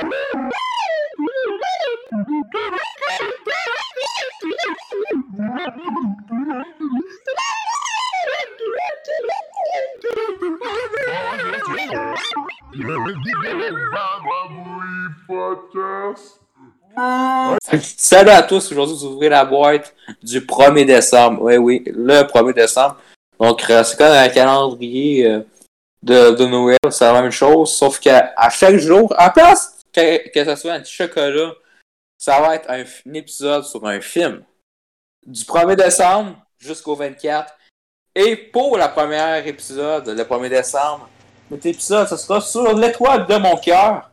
Bah Salut à tous, aujourd'hui vous ouvrez la boîte du 1er décembre. Oui, oui, le 1er décembre. Donc euh, c'est comme un calendrier euh, de, de Noël, c'est la même chose, sauf qu'à à chaque jour, à place que, que ce soit un petit chocolat, ça va être un, f- un épisode sur un film. Du 1er décembre jusqu'au 24. Et pour la première épisode, le 1er décembre, notre épisode, ce sera sur L'étoile de mon cœur,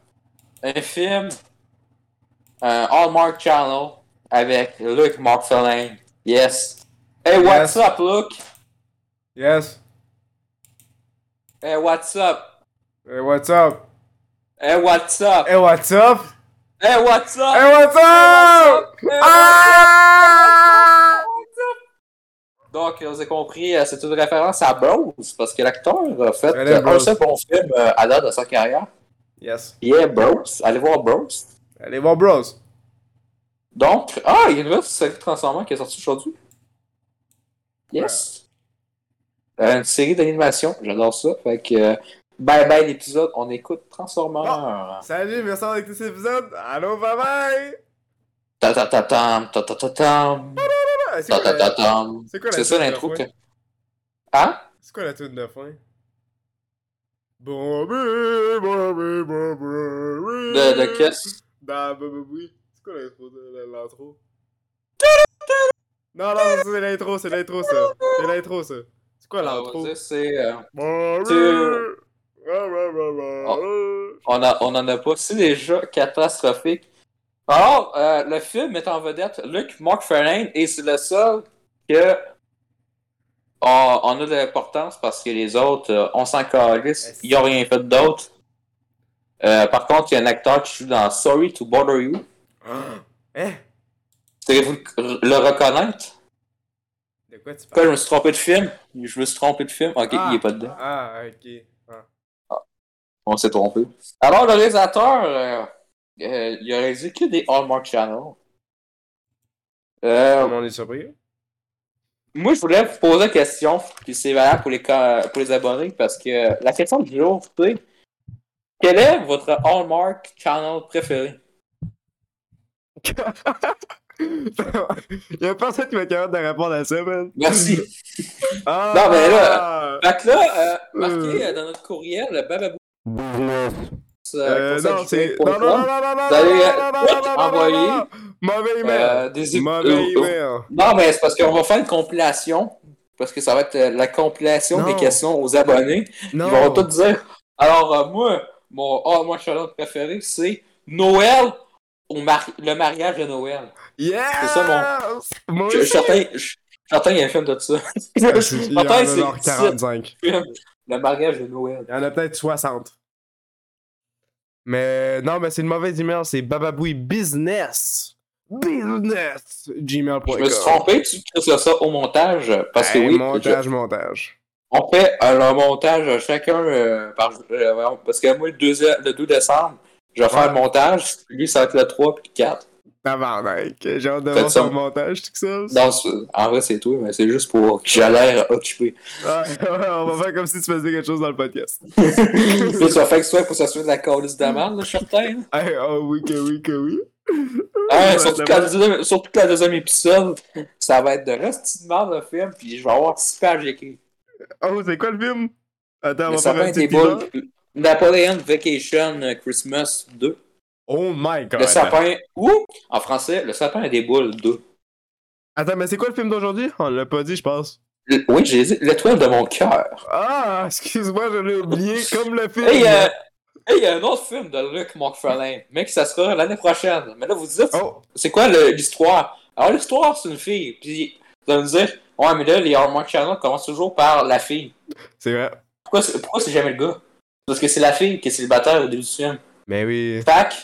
un film un Hallmark Channel avec Luc Marcelin. Yes. Hey, what's Yes. up, Luc? Yes. Hey, what's up? Hey, what's up? Hey, what's up? Hey, what's up? Hey, what's Hey, what's up? up? Hey, what's up? Ah! Donc, vous avez compris, euh, c'est une référence à Bros, parce que l'acteur a fait Allez, euh, un Bros. seul bon film euh, à date de sa carrière. Yes. Yeah, Bros. Allez voir Bros. Allez voir, bros. Donc, ah, il y a une nouvelle série de Transformers qui est sortie aujourd'hui. Yes. Euh, une série d'animation, j'adore ça. Fait que, euh, bye bye l'épisode, on écoute Transformers. Salut, merci d'avoir écouté cet épisode. Allô, bye bye. Ta ta ta tam, ta ta ta tam, Ah, C'est ta quoi ta ta la- tam. c'est quoi la C'est ça tune de l'intro que. fin? Hein? c'est quoi la tune de fin? Bon, oui, bon, oui, bon, oui, oui. De, de qu'est-ce? Dans Bah, bah, oui. C'est quoi l'intro de- l'intro? Non, non, non, c'est l'intro, c'est l'intro, ça. C'est l'intro, ça. C'est quoi On va l'intro? dire, Ah, C'est. euh, Bah, oui. Tu- Bah, bah, bah, bah, oui. On, a, on en a pas. C'est déjà catastrophique. Alors, euh, le film est en vedette Luc McFarlane et c'est le seul que on, on a de l'importance parce que les autres, euh, on s'en calisse. Ils n'ont rien fait d'autre. Euh, par contre, il y a un acteur qui joue dans Sorry to Bother You. Hein? Savez-vous le- le reconnaître? De quoi tu Pourquoi parles? je me suis trompé de film? Je me suis trompé de film. Ok, Ah. il est pas dedans. Ah, ok. Ah. On s'est trompé. Alors, le réalisateur, euh, euh, il a réalisé que des Hallmark Channel. Euh, Ah, on est surpris? hein? moi, je voulais vous poser la question, puis c'est valable pour les, ca- pour les abonnés, parce que euh, la question du jour, c'est quel est votre Hallmark Channel préféré? Il y a personne qui va être capable de répondre à ça, man. Merci. Ah, Non, mais là, fait que là, euh, marquez Euh. euh, dans notre courriel le bababou. Euh, euh, non, c'est. Non, non, non, non, non, non, Salut, non, euh, non, non, what? non, non, Envoyé. non, non. Mauvais email. euh, des Mauvais euh, email. Non, mais c'est parce qu'on va faire une compilation. Parce que ça va être euh, la compilation Non. des questions aux abonnés. Ils vont tout dire. Alors, euh, moi, mon Hallmark Channel préféré, c'est Noël, au mari- le mariage de Noël. Yeah! c'est ça, Moi Je- je aussi. suis certain je- J'entends, il y a un film de ça. Ah, c'est- Il y en Attends, a c'est- genre 45. Le mariage de Noël. Il y en a peut-être 60. Mais non, mais c'est le mauvais email, c'est bababoui business. Business! Je Gmail.com. me suis trompé, tu crées ça au montage. Parce que Oh Hey, oui, montage, montage. je- on fait euh, le montage chacun euh, par. euh, voyons, parce que moi, le 2, le 2 décembre, je vais faire le montage. Lui, ça va être le 3 puis le 4. Tabarnak. J'ai hâte de Faites voir ça. son montage, tout ça. Non, c'est- en vrai, c'est tout, mais c'est juste pour que j'ai l'air occupé. Ouais, on va faire comme si tu faisais quelque chose dans le podcast. Là, tu vas faire exprès pour s'assurer de la calice de merde, là, je suis certain. Hey, oh oui, que oui, que oui. Hein, Ouais, surtout, c'est que la deuxième, surtout que la deuxième épisode, ça va être de reste de merde le film, puis je vais avoir six pages écrites. Oh, c'est quoi le film? Attends, on Le va faire sapin un petit des bilan. boules. Napoleon Vacation Christmas 2. Oh my god. Le ben. sapin. Ou, en français, le sapin des boules 2. Attends, mais c'est quoi le film d'aujourd'hui? On l'a pas dit, je pense. Le- oui, j'ai dit l'étoile de mon cœur. Ah, excuse-moi, je l'ai oublié, comme le film. Hey, euh, hey, il y a un autre film de Luc McFarlane, mais que ça sera l'année prochaine. Mais là, vous dites, Oh, c'est quoi le- l'histoire? Alors, l'histoire, c'est une fille. Puis, vous allez me dire, ouais, mais là, les Hallmark Channel commencent toujours par la fille. c'est vrai. Pourquoi c'est, pourquoi c'est jamais le gars? Parce que c'est la fille qui est célibataire au début du film. Mais Ben oui, Fait que,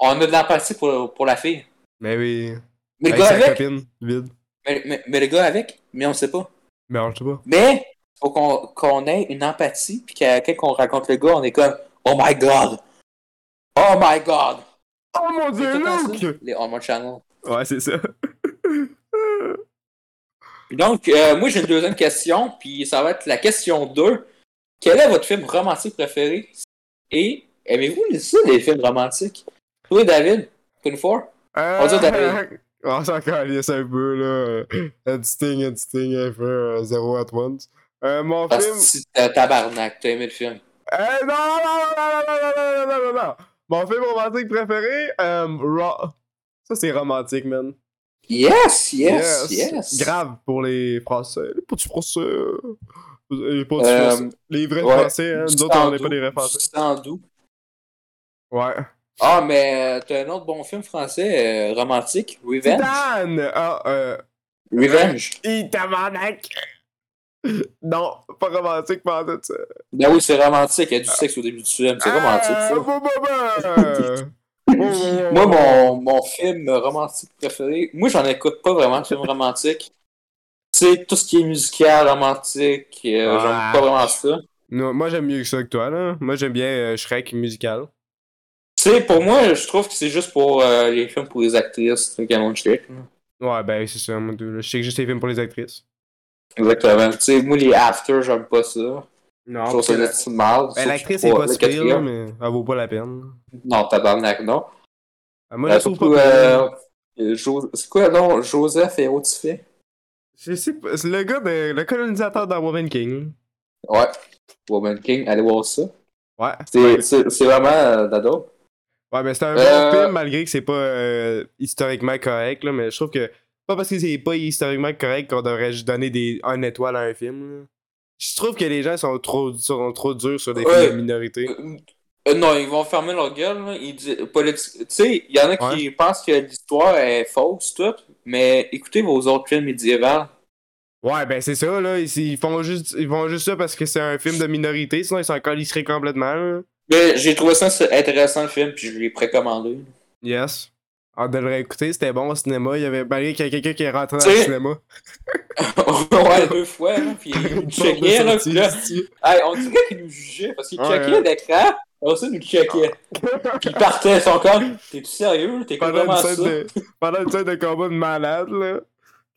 on a de l'empathie pour, pour la fille. mais ben oui. Mais le Avec gars sa avec, copine, vide. mais, mais- mais le gars avec, mais on sait pas. Mais on sait pas. Mais, faut qu'on, qu'on ait une empathie, puis qu'à, quand on raconte le gars, on est comme, Oh my god! Oh my god! Oh mon dieu, Tout ça, Luke! Les Hallmark Channel. Ouais, c'est ça. Puis donc, euh, moi j'ai une deuxième question, puis ça va être la question 2. Quel est votre film romantique préféré? Et aimez-vous ça, les films romantiques? Toi, David, une fois? On dit David. Ah, On s'en calisse un peu, là. Editing, editing, un peu, euh, zéro at once. Euh, mon Parce film. que t'es un Ah, tabarnak, t'as aimé le film. Eh, non, non, non, non, non, non, non, non, non, non, non. Mon film romantique préféré, euh, Raw. Ça, c'est romantique, man. Yes, yes, yes. Grave pour les Français. Les petits Français. Les, petits Euh, Français. les vrais ouais. Français, hein. Du Nous autres, on n'est Sandou, pas des vrais du Français. Sandou. Ouais. Ah, mais euh, t'as un autre bon film français, euh, romantique, Revenge. Dan! Ah, euh. Revenge. Il tabarnak! Non, pas romantique, pas en tout ça. Ben oui, c'est romantique, il y a du sexe au début du film, c'est romantique. Ah, ça. bon, bon, bon. Bon, bon, bon, Moi, bon. mon, mon film romantique préféré, moi, j'en écoute pas vraiment de films romantiques. C'est tout ce qui est musical, romantique, euh, Ouais. j'aime pas vraiment ça. Non, moi, j'aime mieux que ça que toi, là. Moi, j'aime bien euh, Shrek musical. Tu sais, pour moi, je trouve que c'est juste pour euh, les films pour les actrices, le canon chic. Ouais, ben, c'est ça, moi, je sais que juste les films pour les actrices. Exactement. Tu sais, moi, les after, j'aime pas ça. Je Non, trouve ça de la petite marde. ben, Surtout l'actrice pour est pas le si pire, là, quatrième. mais elle vaut pas la peine. Non, tabarnak, non. Ah, moi, Euh, je la trouve surtout, pas euh, pire. euh, Jo- c'est quoi, non, Joseph et Otifé? Je sais pas, c'est le gars, de, le colonisateur dans Woman King. Ouais. Woman King, allez voir ça. Ouais. C'est c'est- c'est vraiment euh, d'ado. Ouais, mais c'est un Euh, bon film malgré que c'est pas euh, historiquement correct, là, mais je trouve que pas parce que c'est pas historiquement correct qu'on devrait juste donner des un étoile à un film. là. Je trouve que les gens sont trop, sont trop durs sur des Ouais. films de minorité. Euh, euh, non, ils vont fermer leur gueule. là. Ils disent, politi- tu sais, il y en a qui pensent que l'histoire est fausse, tout, mais écoutez vos autres films médiévaux. Ouais, ben c'est ça, là. Ils, ils font juste, ils font juste ça parce que c'est un film de minorité, sinon ils s'en colisseraient complètement. là. Mais j'ai trouvé ça c'est intéressant le film, puis je l'ai précommandé. Yes. On devrait écouter, c'était bon au cinéma. Il y avait malgré qu'il y a quelqu'un qui est rentré Tu dans le sais, cinéma. ouais, deux fois, là, puis il Une nous porte de checkait, là, sortie, puis là, esti. hey, on dirait qu'il nous jugeait, parce qu'il Ouais, checkait ouais. l'écran, alors ça, il nous checkait. Puis il partait, son comme, t'es-tu sérieux? T'es pendant, une vraiment ça? scène de, pendant une scène de combat de malade, là.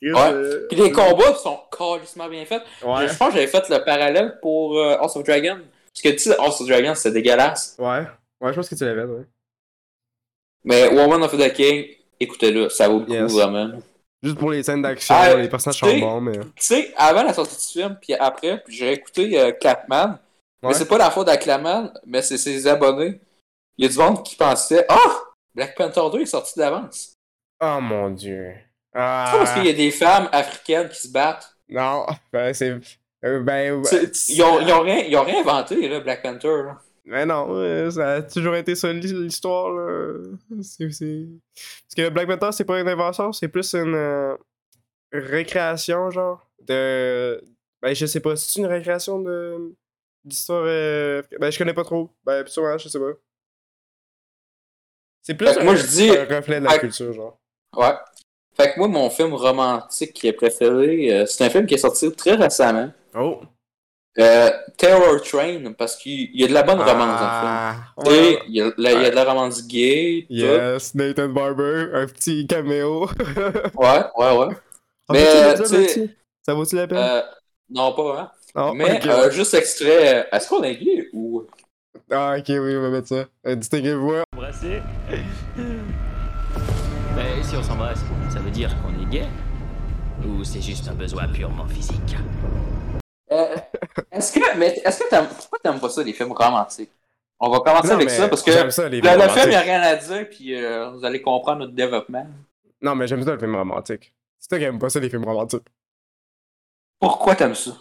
Chris, Ouais. euh, Puis les combats sont carrément bien faits. Ouais. Je pense que j'avais fait le parallèle pour euh, House of Dragon. Parce que, tu sais, House of Dragon, c'était dégueulasse. Ouais. Ouais, je pense que tu l'avais, ouais. Mais Woman of the King, écoutez-le, ça vaut le coup Yes. vraiment. Juste pour les scènes d'action, Ah, les personnages tu sais- sont bons, mais. Tu sais, avant la sortie du film, puis après, puis j'ai écouté euh, Clapman. Ouais. Mais c'est pas la faute à Clapman, mais c'est ses abonnés. Il y a du monde qui pensait Ah Black Panther 2 est sorti d'avance. Oh mon dieu. C'est pas parce Ah. qu'il y a des femmes africaines qui se battent. Non. Ben, c'est. euh, Ben. ouais. C'est- Ils ont, ils ont rien, ils ont rien inventé, là, Black Panther. là. Mais non, euh, ça a toujours été ça l'hi- l'histoire, là. C'est. c'est- Parce que Black Panther, c'est pas une invention, c'est plus une. euh, récréation, genre. De. Ben, je sais pas, c'est une récréation de. d'histoire. euh, Ben, je connais pas trop. Ben, sûrement, je sais pas. C'est plus Fait que Ben, moi, je dis- Ah, un reflet de la Ouais. culture, genre. Ouais. Fait que moi, mon film romantique qui est préféré, euh, c'est un film qui est sorti très récemment. Oh! Euh, Terror Train, parce qu'il il y a de la bonne romance dans le film. Tu sais, Ah. Ouais. il y, a la- il y a de la romance gay. tout. Yes, Nathan Barber, un petit caméo. Ouais, ouais, ouais. On Mais, peut-tu le dire tu sais, là-dessus? ça vaut-tu la peine? Euh, non, pas vraiment. Non, mais Oh, ok. euh, juste extrait. euh, Est-ce qu'on est gay ou. Ah, ok, oui, on va mettre ça. Euh, Distinguez-vous. Embrasser Mais si on s'embrasse, ça veut dire qu'on est gay Ou c'est juste un besoin purement physique Euh, est-ce que. Mais est-ce que t'aimes. Pourquoi t'aimes pas ça, les films romantiques On va commencer Non, avec mais ça parce que. J'aime ça, les Le, films le film, il n'y a romantiques. rien à dire, puis euh, vous allez comprendre notre développement. Non, mais j'aime ça, les films romantiques. C'est toi qui aimes pas ça, les films romantiques. Pourquoi t'aimes ça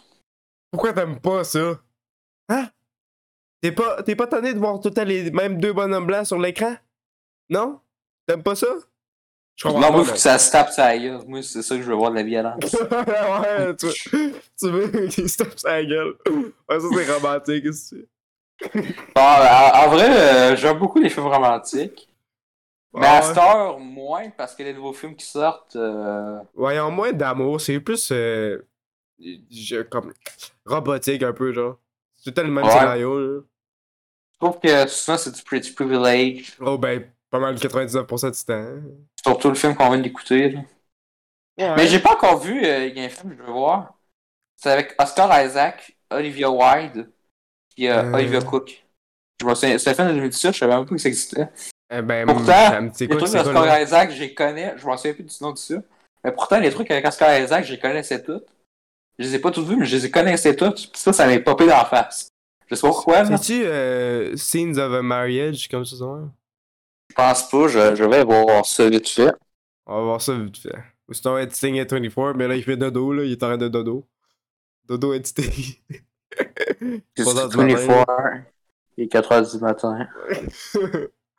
Pourquoi t'aimes pas ça? Hein? T'es pas, t'es pas tanné de voir tout le temps les mêmes deux bonhommes blancs sur l'écran? Non? T'aimes pas ça? Je Non, moi, faut que ça se tape ça ailleurs. Moi, c'est ça que je veux voir de la violence. ouais, tu, tu veux qu'il se tape sa gueule. Ouais, ça c'est romantique. qu'est-ce que tu- Bon, en, en vrai, euh, j'aime beaucoup les films romantiques. Mais à Ah Ouais. cette heure, moins, parce que les nouveaux films qui sortent. euh, Voyons moins d'amour, c'est plus euh, je- comme robotique un peu, genre. C'est tout le temps le même Ouais. scénario, là. Je trouve que souvent c'est du pretty privilege. Oh, ben, pas mal 99% du temps. hein. Surtout le film qu'on vient d'écouter. là. Mais j'ai pas encore vu, euh, il y a un film que je veux voir. C'est avec Oscar Isaac, Olivia Wilde, puis euh, Euh. Olivia Cook. Je me souviens- C'est un film de 2017, je savais même pas que ça existait. Eh ben, Pourtant, ça me dit Les quoi que trucs c'est quoi, là? d'Oscar Isaac, je les connais, je m'en souviens plus du nom de ça. Mais pourtant, les trucs avec Oscar Isaac, je les connaissais toutes. Je les ai pas toutes vues, mais je les connaissais toutes. Puis ça, ça m'est popé dans la face. Je sais pas pourquoi, là. C'est-tu euh, Scenes of a Marriage, comme ça, ça, ouais? je pense pas, je, je vais voir ça vite fait. On va voir ça vite fait. Ou sinon, Editing at 24, mais là, il fait dodo, là, il est en train de dodo. Dodo Editing. Puis Trois c'est heures du matin, 24 et 4 heures du matin.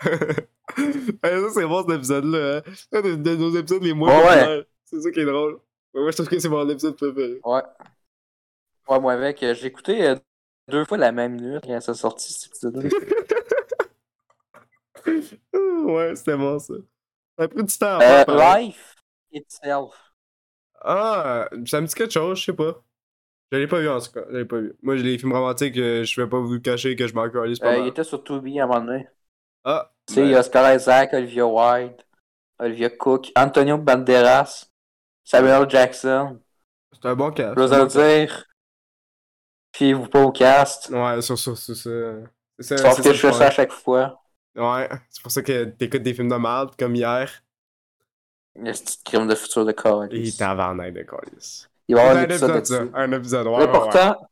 Ouais, ça, c'est bon cet épisode-là. Hein. C'est un de, de nos épisodes les moins Ouais, ouais. populaires. C'est ça qui est drôle. Ouais, moi, je trouve que c'est mon épisode préféré. Ouais, moi avec, euh, j'ai écouté euh, deux fois la même nuit quand ça sortit cet épisode-là. Ah, ouais, c'était bon ça. Ça a pris du temps à Euh, faire, pareil. life itself. Ah, ça me dit quelque chose, je sais pas. Je l'ai pas vu en tout cas. Je l'ai pas vu. Moi, j'ai les films romantiques, euh, je vais pas vous cacher que je m'en calisse pas Euh, il mal. était sur Tubi à un moment donné. Ah, Tu sais, il y a Oscar Isaac, Olivia Wilde, Olivia Cook, Antonio Banderas, Samuel Jackson, c'est un bon cas. Rosa dire. Fiez-vous pas au cast. Ouais, sur sur sur ça. C'est ça. Sauf c'est que ça, je fais le ça à chaque fois. problème. Ouais, c'est pour ça que t'écoutes des films de merde comme hier. Le petit crime de futur de Et college. tabarnak de calisse. Il va y avoir un un épisode épisode, ça. là-dessus. Un épisode, ouais, ouais, ouais. L'important,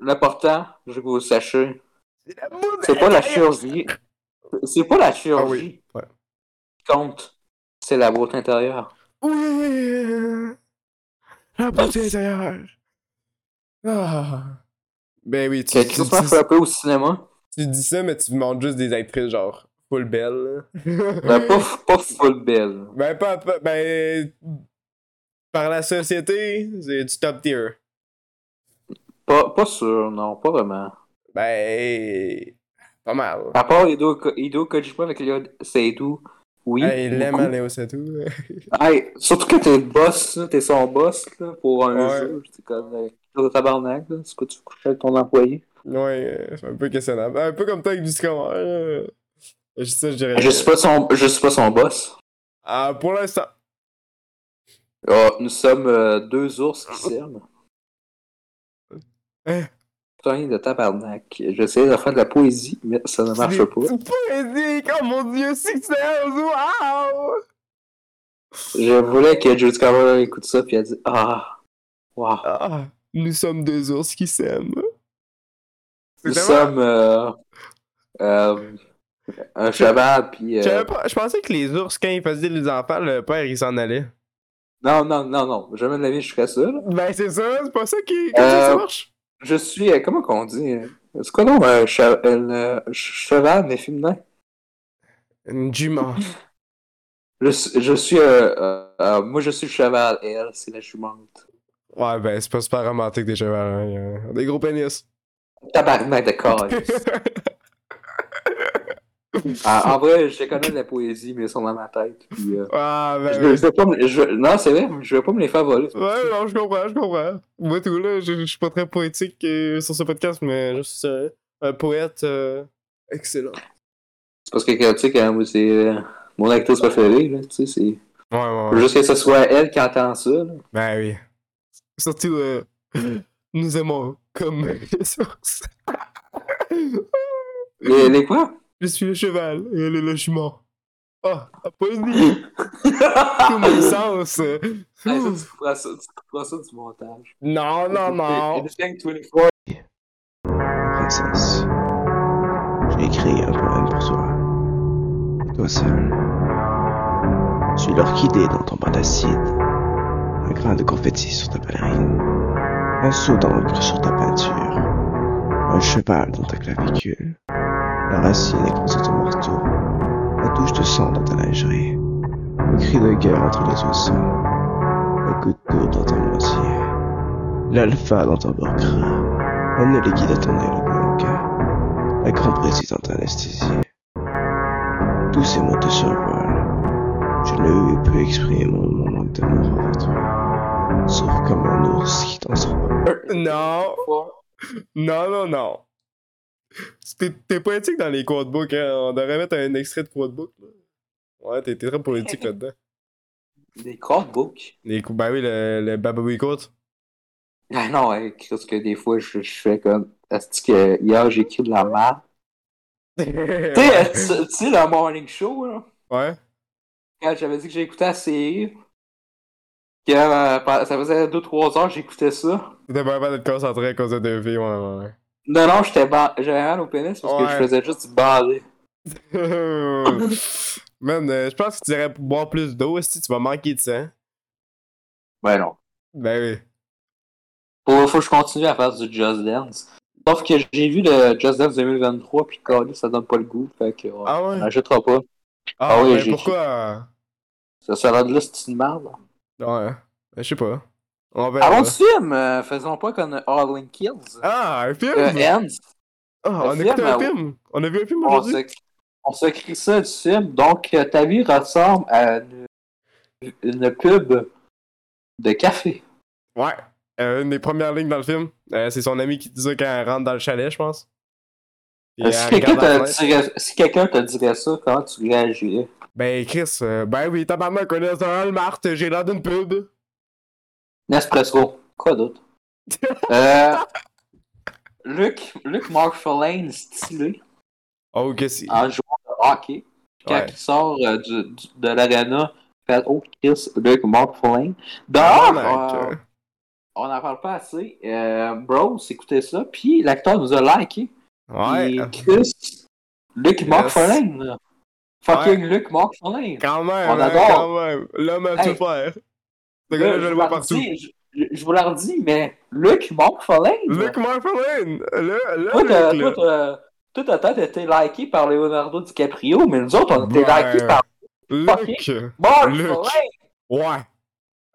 l'important, je veux que vous le sachiez, C'est la boule c'est pas la chirurgie. C'est pas la chirurgie Ah oui, ouais. qui compte, c'est la beauté intérieure. Oui! La beauté intérieure! Ah! Ben oui, tu, C'est tu, qui se fait tu- un peu au cinéma. tu dis ça, mais tu montres juste des actrices, genre, full belles. là. Ben, pas, pas full belle. ben, pas, pas- ben, par la société, c'est du top tier. Pas, pas sûr, non, pas vraiment. Ben, pas mal. À part Ido, Ido Kojima avec Léo Seydoux, oui. Hey, il aime beaucoup. aller au Satou. Hey, surtout que t'es le boss, là, t'es son boss là, pour un Ouais. jeu. C'est comme euh, le tabarnak, là. C'est quoi, tu couches avec ton employé. ouais, euh, c'est un peu questionnable. Un peu comme toi avec du scammer, là. Je sais, je dirais. Euh, Je suis pas son, je suis pas son boss. Ah, pour l'instant. Ah, nous sommes euh, deux ours qui s'aiment. Hein? Putain de tabarnak. J'essayais de faire de la poésie, mais ça ne marche pas. C'est poésie! Oh mon dieu, succès! Wow! Je voulais que Jude Carver écoute ça, puis elle dit Ah, wow. Ah, nous sommes deux ours qui s'aiment. Nous sommes euh, euh, un cheval, puis. euh, Je savais pas- je pensais que les ours, quand ils faisaient les enfants, le père, il s'en allait. Non, non, non, non. Jamais de la vie, je serais ça. là. Ben, c'est ça, c'est pas ça qui. comme ça que ça Euh, marche? Je suis. euh, comment qu'on dit euh, C'est quoi non un, che- un, euh, cheval, mais féminin Une jument. Je, suis- je suis. euh, euh, euh, moi, je suis le cheval, et elle, c'est la jumente. Ouais, ben, c'est pas super romantique des chevaux. hein, ils ont Des gros pénis. Tabarnak de corps. Ah, en vrai, je connais de la poésie, mais ils sont dans ma tête. Puis, euh, ah, je, ben. ouais. je vais pas me- je- non, c'est vrai, je vais pas me les faire voler. Ouais, non, je comprends, je comprends. Moi, tout là, je, je suis pas très poétique euh, sur ce podcast, mais je suis euh, un poète euh, excellent. C'est parce que, tu sais, quand moi, c'est euh, mon actrice préférée, là, tu sais, c'est. Ouais, ouais, Juste que ce soit elle qui entend ça, là. Ben oui. Surtout, euh, nous aimons comme les sources. Les, les quoi Je suis le cheval et elle est le jument. Ah, la poésie, tout mon sens. Hey, ça, tu feras ça, tu couperas ça du montage. Non, Mmh. non, non. Editing 24. Princesse, j'ai écrit un poème pour toi. Et toi seul. Je suis l'orchidée dans ton d'acide, un grain de confetti sur ta ballerine, un seau d'encre sur ta peinture, un cheval dans ta clavicule, la racine écrasée sur ton marteau, la touche de sang dans ta lingerie, le cri de guerre entre les oiseaux, la goutte d'eau dans ton noisier, l'alpha dans ton bord gras, un nœud liquide à ton nez blanc, la grande précise dans ta anesthésie. Tous ces mots te survolent. Je ne peux exprimer mon, mon manque d'amour envers toi. Sauf comme un ours qui t'en sort pas. Non, non, non, non. T'es t'es poétique dans les quotebooks, hein. On devrait mettre un extrait de quotebook. là. Ouais, t'es t'es très poétique là-dedans. Des crowdbooks. Les coups, bah oui, le, le Bababoui Quote. Ah non, hein, parce que des fois, je, je fais comme. Est-ce que hier, j'écris de la merde? Tu sais, ouais. euh, tu- tu sais, le morning show, là, Ouais. quand j'avais dit que j'écoutais la série, que euh, pa- ça faisait 2-3 heures que j'écoutais ça. T'étais pas capable de te concentrer à cause de deux filles, ouais, ouais, Non, non, j'étais ban- j'avais mal au pénis parce que Ouais. je faisais juste du bander. ouais. Man, euh, je pense que tu dirais boire plus d'eau, si tu vas manquer de sang. Ben non. Ben oui. Faut, faut que je continue à faire du Just Dance. Sauf que j'ai vu le Just Dance 2023, puis calé, ça donne pas le goût, fait que ouais, Ah on ouais? n'achètera pas. Ah, Ah oui, ben j'ai- pourquoi? Ça salade-là, c'est une merde. Ouais. Ben, je sais pas. On verra. Avant du film, euh, faisons pas comme Harling Kills. Ah, un film? Euh, Ends. Ah, on a le écouté film, un euh, film. On a vu un film on aujourd'hui. se, on se crie ça du film. Donc, euh, ta vie ressemble à une, une pub de café. Ouais. Euh, une des premières lignes dans le film. Euh, c'est son ami qui dit ça quand elle rentre dans le chalet, je pense. Puis Euh, elle si regarde quelqu'un la te, fenêtre. dirait- si quelqu'un te dirait ça, comment tu réagirais? Ben, Chris, euh, ben oui, tabarnak, on est dans le Marthe, j'ai l'air d'une pub. Nespresso. Quoi d'autre? euh, Luc, Luc Marshallane stylé Oh, qu'est-ce que en jouant au hockey. Quand Ouais. il sort euh, du- du- de l'arena, fait Oh Chris, Luc Marshallane. Oh Dehors, Tabarnak, euh, euh, on n'en parle pas assez. Euh, bros, écoutez ça. Puis l'acteur nous a liké. Ouais. Puis Chris, Luc Yes. Markfolin, là. Fucking Luc Markfolin. Quand même, on hein, adore. quand même. L'homme à Hey. tout faire. Ce gars-là, je le vois partout. Je, je- je vous l'ai redis, mais Luc Markfolin. Luc Marfelin! Le, le toi, t'as- Luc, toi, là. t'as- toute ta tête était likée par Leonardo DiCaprio, mais nous autres, on était Ouais. likés par Luc! Markfolin. Ouais.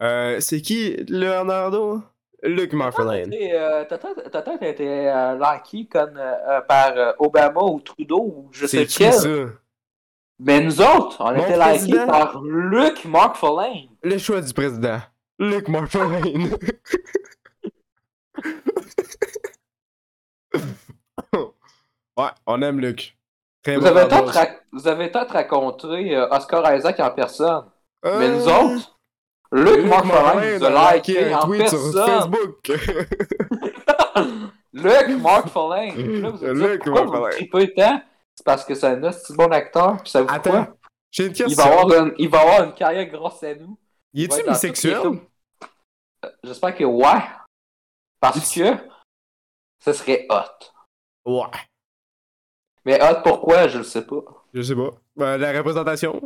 Euh, c'est qui, Leonardo? Ah, Luc Marfelin. Et, euh, Ta tête ta tête était euh, likée comme, euh, euh, par euh, Obama ou Trudeau ou je sais C'est qui, lequel. ça? Mais nous autres, on Mon était likés président. par Luc Markfolin. Le choix du président. Luc Marfelin. ouais, on aime Luc. Très Vous bon avez, tant rapport. raconté vous avez tant raconté Oscar Isaac en personne, Euh, mais nous autres, Luc Markfolin Marfelin nous a a liké un en tweet sur personne. Facebook. Luc Markfolin. Là, vous vous dites, Mm. Luc pourquoi vous Markfolin. tripez tant? C'est parce que c'est un assez bon acteur, puis ça vous Attends, quoi? j'ai une Il question. va, avoir une, il va avoir une carrière grâce à nous. Il va est-tu être dans tous les bisexuel? films. J'espère que ouais. Parce que ce serait hot. Ouais. Mais hot pourquoi, je le sais pas. Je sais pas. Ben, la représentation.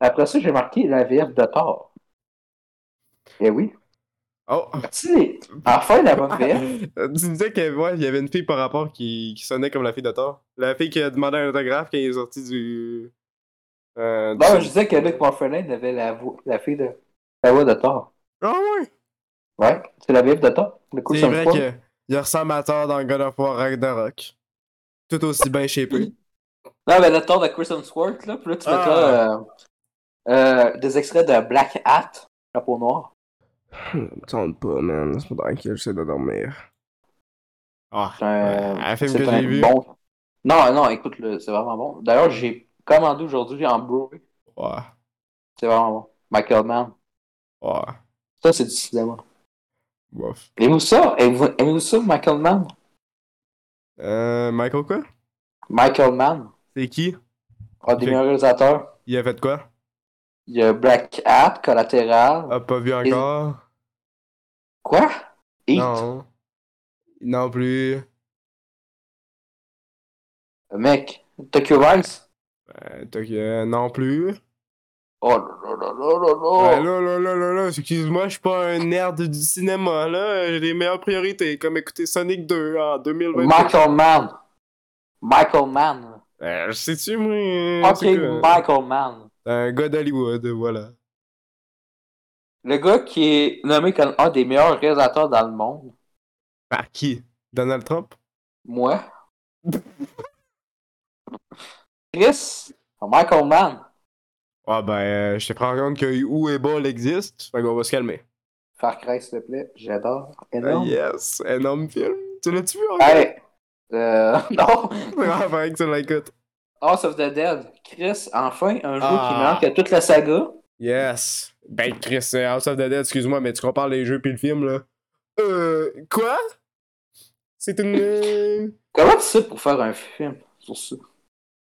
Après ça, j'ai marqué la verve de tort. Eh oui. Oh. Tu sais, enfin la bonne verve. Tu disais qu'il ouais, il y avait une fille par rapport qui, qui sonnait comme la fille de Thor. La fille qui a demandé un autographe quand il est sorti du. Euh, du- Non, Ben, je disais que Luc Morphelin avait la, voix, la fille de la voix de Thor. Ah ouais! Ouais, c'est la veuve de Thor. Le coup, C'est ça me vrai parle. qu'il ressemble à Thor dans God of War Ragnarok. Tout aussi bien chez eux. Non, mais le Thor de Chris Hemsworth, là, puis là, tu Ah. mettras euh, euh, des extraits de Black Hat, chapeau noir. Tente pas, man. C'est pas tranquille, j'essaie de dormir. Ah, C'est un, ouais, un film c'est que un j'ai vu. bon- Non, non, écoute, le- c'est vraiment bon. D'ailleurs, j'ai commandé aujourd'hui en Blu-ray. Ouais, C'est vraiment bon. Michael Mann. ouais, Ça, c'est du cinéma. bof. Aimez-vous ça? Aimez-vous aimez-vous ça, Michael Mann? Euh, Michael, quoi? Michael Mann, C'est qui? un des meilleurs réalisateurs. Il a fait quoi? Il y a Black Hat, Collateral. A pas vu encore? Quoi? Heat? Non. Non plus. Mec, Tokyo Vice? Euh, Tokyo- euh, non plus. Oh là là là là là là! Ben là, là, là, là, là, excuse-moi, je suis pas un nerd du cinéma, là. euh, J'ai des meilleures priorités, comme écouter Sonic 2 en 2020. Michael Mann! Michael Mann! Euh, je sais-tu, moi? euh, Ok, c'est quoi? Michael Mann! Un gars d'Hollywood, voilà. Le gars qui est nommé comme un des meilleurs réalisateurs dans le monde, Par qui? Donald Trump? moi. Chris! Michael Mann! Ah ben, euh, je te prends compte que Où et Ball existe, fait qu'on va se calmer. Far Cry, s'il te plaît, j'adore. Ah, Énorme. yes, énorme film. Tu l'as-tu vu? en Hey! Euh, non, Ah, ben, que tu l'écoutes. House of the Dead. Chris, enfin, un jeu Ah. qui manque à toute la saga. Yes. Ben, Chris, euh, House of the Dead, excuse-moi, mais tu compares les jeux puis le film, là. Euh, quoi? C'est une... euh, Comment tu sais pour faire un film sur ça?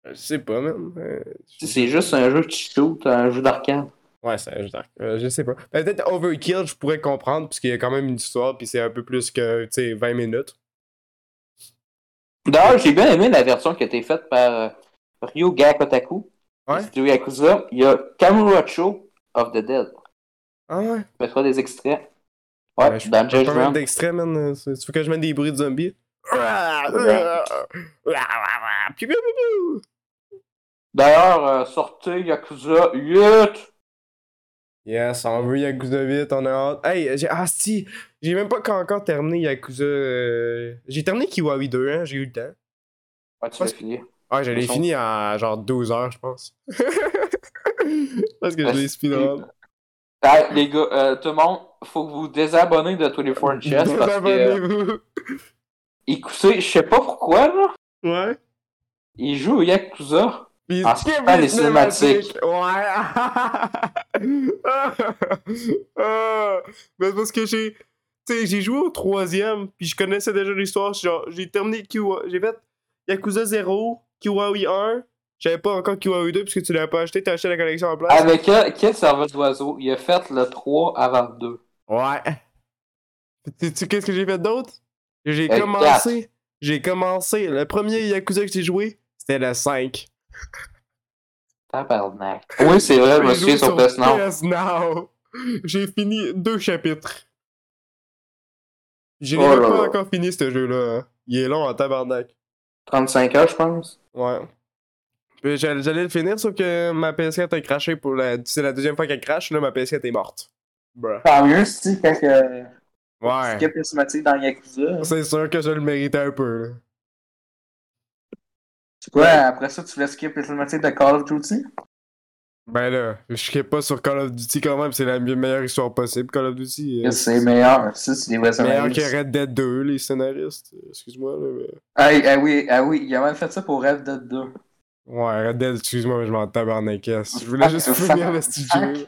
Je sais pas, même. Euh, Si C'est juste un jeu que tu shootes, un jeu d'arcade. Ouais, c'est un je sais pas. Ben, Peut-être Overkill, je pourrais comprendre, puisqu'il y a quand même une histoire, puis c'est un peu plus que, tu sais, 20 minutes. D'ailleurs, j'ai bien aimé la version qui a été faite par euh, Ryo Gakotaku. Ouais. du studio Yakuza. Il y a Kamurocho of the Dead. Ah ouais? Je mettrai des extraits. Ouais, Ouais, je dans Pas mal Judgment. d'extraits, man. Euh, Tu tu veux que je mette des bruits de zombies? Piou, piou, piou, piou. D'ailleurs, euh, sortez Yakuza 8! Yes, on veut Yakuza 8, on a hâte. Hey, j'ai. Ah, si! J'ai même pas encore terminé Yakuza. euh, J'ai terminé Kiwami 2, hein, j'ai eu le temps. Ouais, Ouais, tu l'as c'est- fini. Ah, je l'ai fini à genre 12 heures, je pense. Parce que je l'ai speedrun. Hey, les gars, euh, tout le monde, faut que vous désabonnez de 24 Chess parce que, euh, Désabonnez-vous. écoutez, je sais pas pourquoi, là, Ouais. ils jouent au Yakuza. Puis Ah, skip c'est pas les cinématiques. Ouais. Ah, mais c'est parce que j'ai. Tu sais, j'ai joué au troisième, puis je connaissais déjà l'histoire. je suis Genre, j'ai terminé Kiwa. J'ai fait Yakuza 0, Kiwawi 1. J'avais pas encore Kiwawi 2 puisque tu l'avais pas acheté, t'as acheté la collection en place. Avec quel, quel serveur d'oiseau? Il a fait le 3 avant le 2. Ouais. Tu sais, qu'est-ce que j'ai fait d'autre? J'ai Euh, commencé. J'ai commencé. Le premier Yakuza que j'ai joué, c'était le 5. Tabarnak. Oui, c'est vrai, je me J'ai joué souviens sur PS Now. PS Now. J'ai fini deux chapitres. J'ai Oh même là pas là. encore fini ce jeu-là. hein. Il est long en tabarnak. 35 heures, je pense. Ouais. Puis j'allais j'allais le finir, sauf que ma PS4 a craché pour la. C'est la deuxième fois qu'elle crache, là, ma PS4 est morte. Bruh. Tant mieux si, quand que. Ouais. Skip cinématique dans Yakuza. C'est sûr que je le méritais un peu, là. C'est quoi, après ça, tu voulais skip les cinématiques de Call of Duty? Ben là, je sais pas sur Call of Duty quand même, c'est la me- meilleure histoire possible, Call of Duty. euh, C'est meilleur, ça, c'est des vrais meilleur scénaristes. que Red Dead 2, les scénaristes. Excuse-moi, là, mais. Ah, ah oui, ah oui, il a même fait ça pour Red Dead 2. Ouais, Red Dead, excuse-moi, mais je m'en tabarnakais. Ah, Je voulais juste Fuck, finir le studio.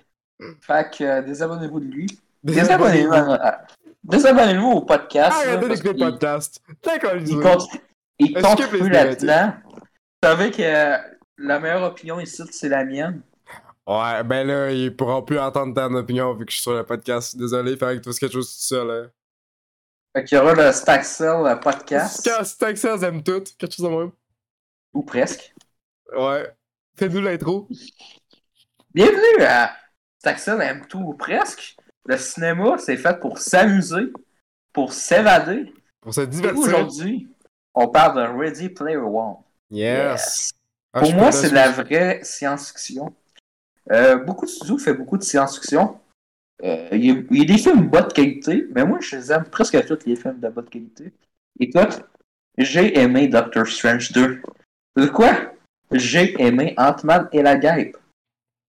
Fait que euh, désabonnez-vous de lui. Désabonnez-vous à- à- désabonnez-vous au podcast. là, Arrêtez hein, parce d'écouter Ah, le qu'il- podcast. T'es qu'on le dit. Il compte, il Est-ce compte que plus les là-dedans. Vous savez que euh, la meilleure opinion ici, c'est la mienne. Ouais, ben là, ils pourront plus entendre ton opinion vu que je suis sur le podcast. Désolé, faire que tu fasses quelque chose tout seul. Hein. Fait qu'il y aura le Staxel euh, podcast. Quand c'est que ça, ils aiment tout. Quelque chose de même. Ou presque. Ouais. Fais-nous l'intro. Bienvenue à Staxel aime tout ou presque. Le cinéma, c'est fait pour s'amuser, pour s'évader. Pour se Et divertir. aujourd'hui, on parle de Ready Player One. Yes. Ah, je Pour suis moi, pas c'est de là, la vraie science-fiction. Euh, beaucoup de studios font beaucoup de science-fiction. Euh, Il y, a- il y a des films bonne qualité, mais moi, je les aime presque tous les films de bonne qualité. Écoute, j'ai aimé Doctor Strange 2. De quoi? J'ai aimé Ant-Man et la guêpe.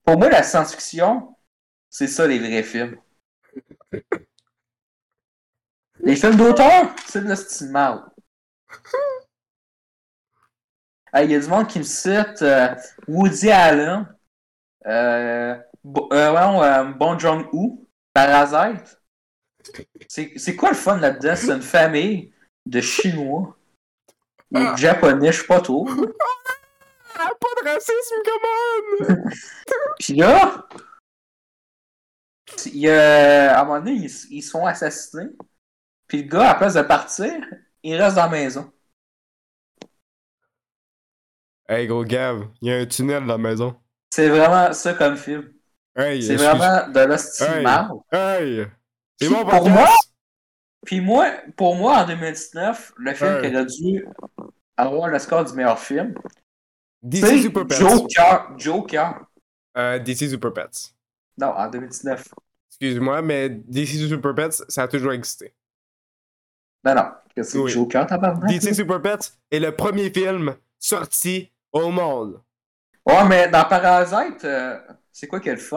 Pour moi, la science-fiction, c'est ça les vrais films. les films d'auteur, c'est de la style mal. Ah, Il y a du monde qui me cite euh, Woody Allen, euh, Bo- euh, voyons, euh, Bon Jong-Hoo, Parasite. C'est c'est quoi le fun là-dedans? C'est une famille de Chinois ou de Japonais, je sais pas trop. Ah, pas de racisme, come on! Puis là, il y a- à un moment donné, ils, ils sont assassinés. Puis le gars, à place de partir, il reste dans la maison. hey, gros Gav, il y a un tunnel dans la maison. C'est vraiment ça comme film. Hey, C'est excuse- vraiment de l'hostie de Hey. marde. Hey! C'est Puis mon pour podcast! moi, Puis moi, pour moi, en 2019, le film Ouais. qu'elle a dû avoir le score du meilleur film, DC c'est Super Pets. Joker. Joker. Euh, DC Super Pets. Non, en 2019. Excuse-moi, mais DC Super Pets, ça a toujours existé. Non, non. que C'est Oui. Joker, t'as parlé. DC Super Pets est le premier film sorti au monde. Ouais, mais dans Parasite, euh, c'est quoi qu'elle fait?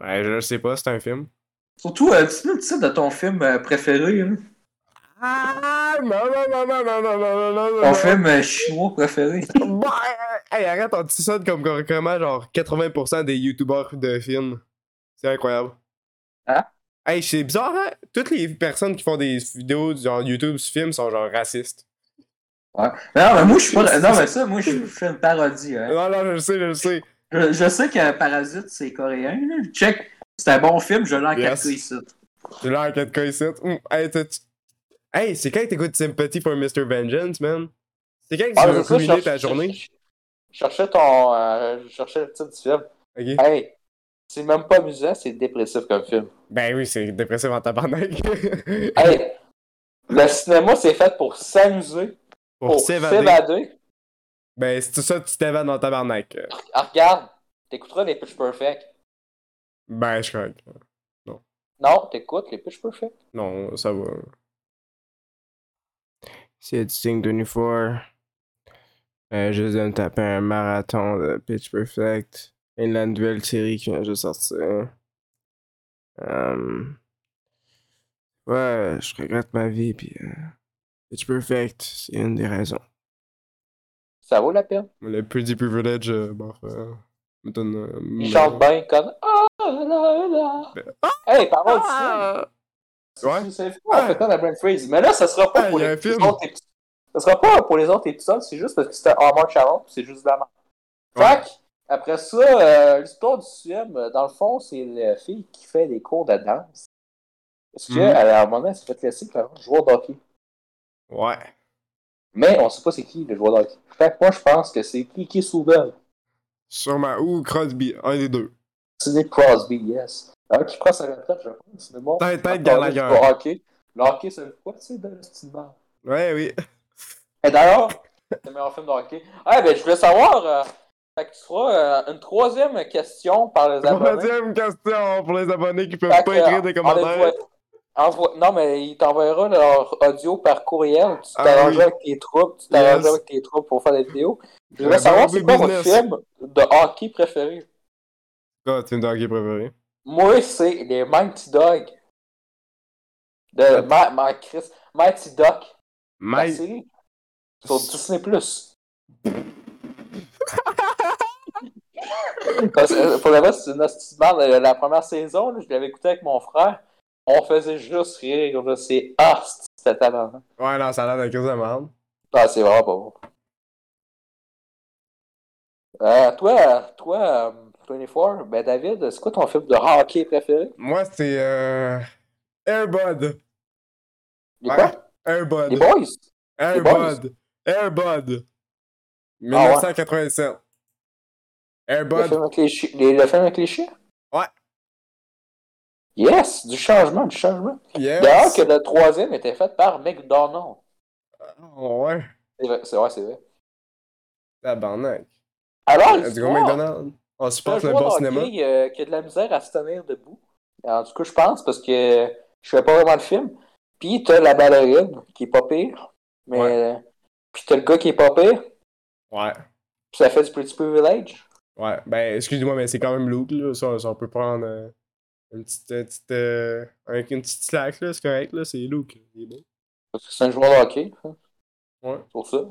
Ouais, je sais pas, c'est un film. Surtout, euh, dis-nous le titre de ton film euh, préféré. hein. Ah, non, non, non, non, non, non, non, non, non, non. Ton film euh, chinois préféré. Bah, hey, arrête, on dit ça comme comme- comment genre 80% des youtubeurs de films. C'est incroyable. Hein? Hey, c'est bizarre, hein? Toutes les personnes qui font des vidéos genre YouTube sur films sont genre racistes. Ouais. Mais non, mais moi, je suis pas. Non, mais ça, moi, je je fais une parodie. hein. Non, non, je le sais, je le sais. Je, je sais que Parasite, c'est coréen. Là. Check, c'est un bon film, je l'ai en Yes. 4K ici. J'ai l'air de cas ici. Hum, Hey, t'as-tu- hey c'est quand que t'écoutes Sympathy for Mr. Vengeance, man? C'est quand que Ah, tu vas ruiner ta journée? Je cherchais ton. euh, je cherchais le titre du film. Ok. Hey, c'est même pas amusant, c'est dépressif comme film. Ben oui, c'est dépressif en tabarnak. Eh Hey, le cinéma, c'est fait pour s'amuser, pour, Pour s'évader. s'évader. Ben, c'est tout ça, tu t'évades en tabarnak. Euh, Ah, regarde, t'écouteras les Pitch Perfect. Ben, je crois. que- Non, t'écoutes les Pitch Perfect. Non, ça va. C'est signe 24. Euh, je viens de taper un marathon de Pitch Perfect. Et la nouvelle série qui vient juste sortir. Euh, Ouais, je regrette ma vie, puis euh, Pitch Perfect, c'est une des raisons. Ça vaut la peine. Le Pretty Privilege, euh, bon, euh, me donne. euh, Ils me- chantent bien comme. Ah, là, là. Ben, Hey, parole du cinéma. Ouais. C'est- C'est fou, on fait comme la Brand Freeze. Mais là, ça sera pas Ah, pour il y a les, un film. les autres épisodes. Ça sera pas pour les autres épisodes, c'est juste parce que c'était en mode challenge, puis c'est juste de la merde. Fait que, après ça, euh, l'histoire du film, euh, dans le fond, c'est la fille qui fait des cours de danse. Parce que, Mhm. elle, à un moment donné, elle s'est fait laisser par un joueur d'hockey. Ouais. Mais on sait pas c'est qui le joueur d'hockey. Fait que moi, je pense que c'est qui qui est Souvel. Sûrement. Ou Crosby, un des deux. C'est Nick Crosby, yes. Alors qui prend sa retraite, je pense. Mais bon, Tête, tête, encore là, Gallagher. c'est pas hockey. Le hockey, c'est quoi, tu sais, dans le style de merde? Ouais, oui. Et d'ailleurs, c'est le meilleur film de hockey. Ah, ben, je voulais savoir. euh, fait que tu feras euh, une troisième question par les abonnés. Troisième question pour les abonnés qui peuvent Fait que, pas écrire euh, des commentaires. envoie- envoie- non, mais il t'enverra leur audio par courriel. Tu Ah t'arranges oui. avec tes troupes. Tu t'arranges Yes. avec tes troupes pour faire des vidéos. Je voulais Euh, savoir, bon c'est quoi votre business. film de hockey préféré? Quoi, tu me dis qui préféré? Moi, c'est les Mighty Dog. De Ma, Ma- Chris. Mighty Duck. La Mike. série. Sur Disney Plus. Parce que, euh, pour le reste, c'est une hostie de merde. Euh, La première saison, là, je l'avais écouté avec mon frère. On faisait juste rire. là. C'est host, cet avant. Ouais, non, ça a l'air d'un crise de merde. Ah, c'est vraiment pas bon. Euh, toi, toi, euh, 24, ben David, c'est quoi ton film de hockey préféré? Moi, c'est euh... Airbud. Les quoi? Les Airbud. Boys? les boys? Airbud. Airbud. Ah ouais. 1987. Le Airbud. film, avec les chi- les- le film avec les chiens? Ouais. Yes, du changement, du changement. D'ailleurs Yes. que le troisième était fait par McDonald's. Oh, ouais. C'est vrai, c'est vrai, c'est vrai. Tabarnak. Alors, Ah, Du gros l'histoire, McDonald's. On supporte c'est le un bon joueur cinéma. d'hockey euh, qui a de la misère à se tenir debout. En tout cas, je pense, parce que je fais pas vraiment le film. Puis t'as la ballerine, qui est pas pire. Mais... euh, Puis t'as le gars qui est pas pire. Ouais. Puis ça fait du Pretty Privilege. Ouais, ben, excuse-moi, mais c'est quand même lourd, là. Ça, ça, on peut prendre euh, une petite. euh, petite, euh, avec une petite slack, là, c'est correct, là. C'est lourd. Il est beau. Parce que c'est un joueur de hockey, hein, Ouais. pour ça.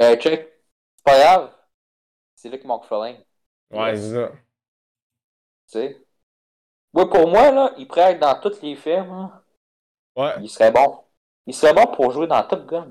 Euh, check. C'est pas grave. C'est Luc Montferlin. Ouais, c'est ça. Tu sais. Ouais, pour moi, là, il pourrait être dans tous les films. hein. Ouais. Il serait bon. Il serait bon pour jouer dans Top Gun.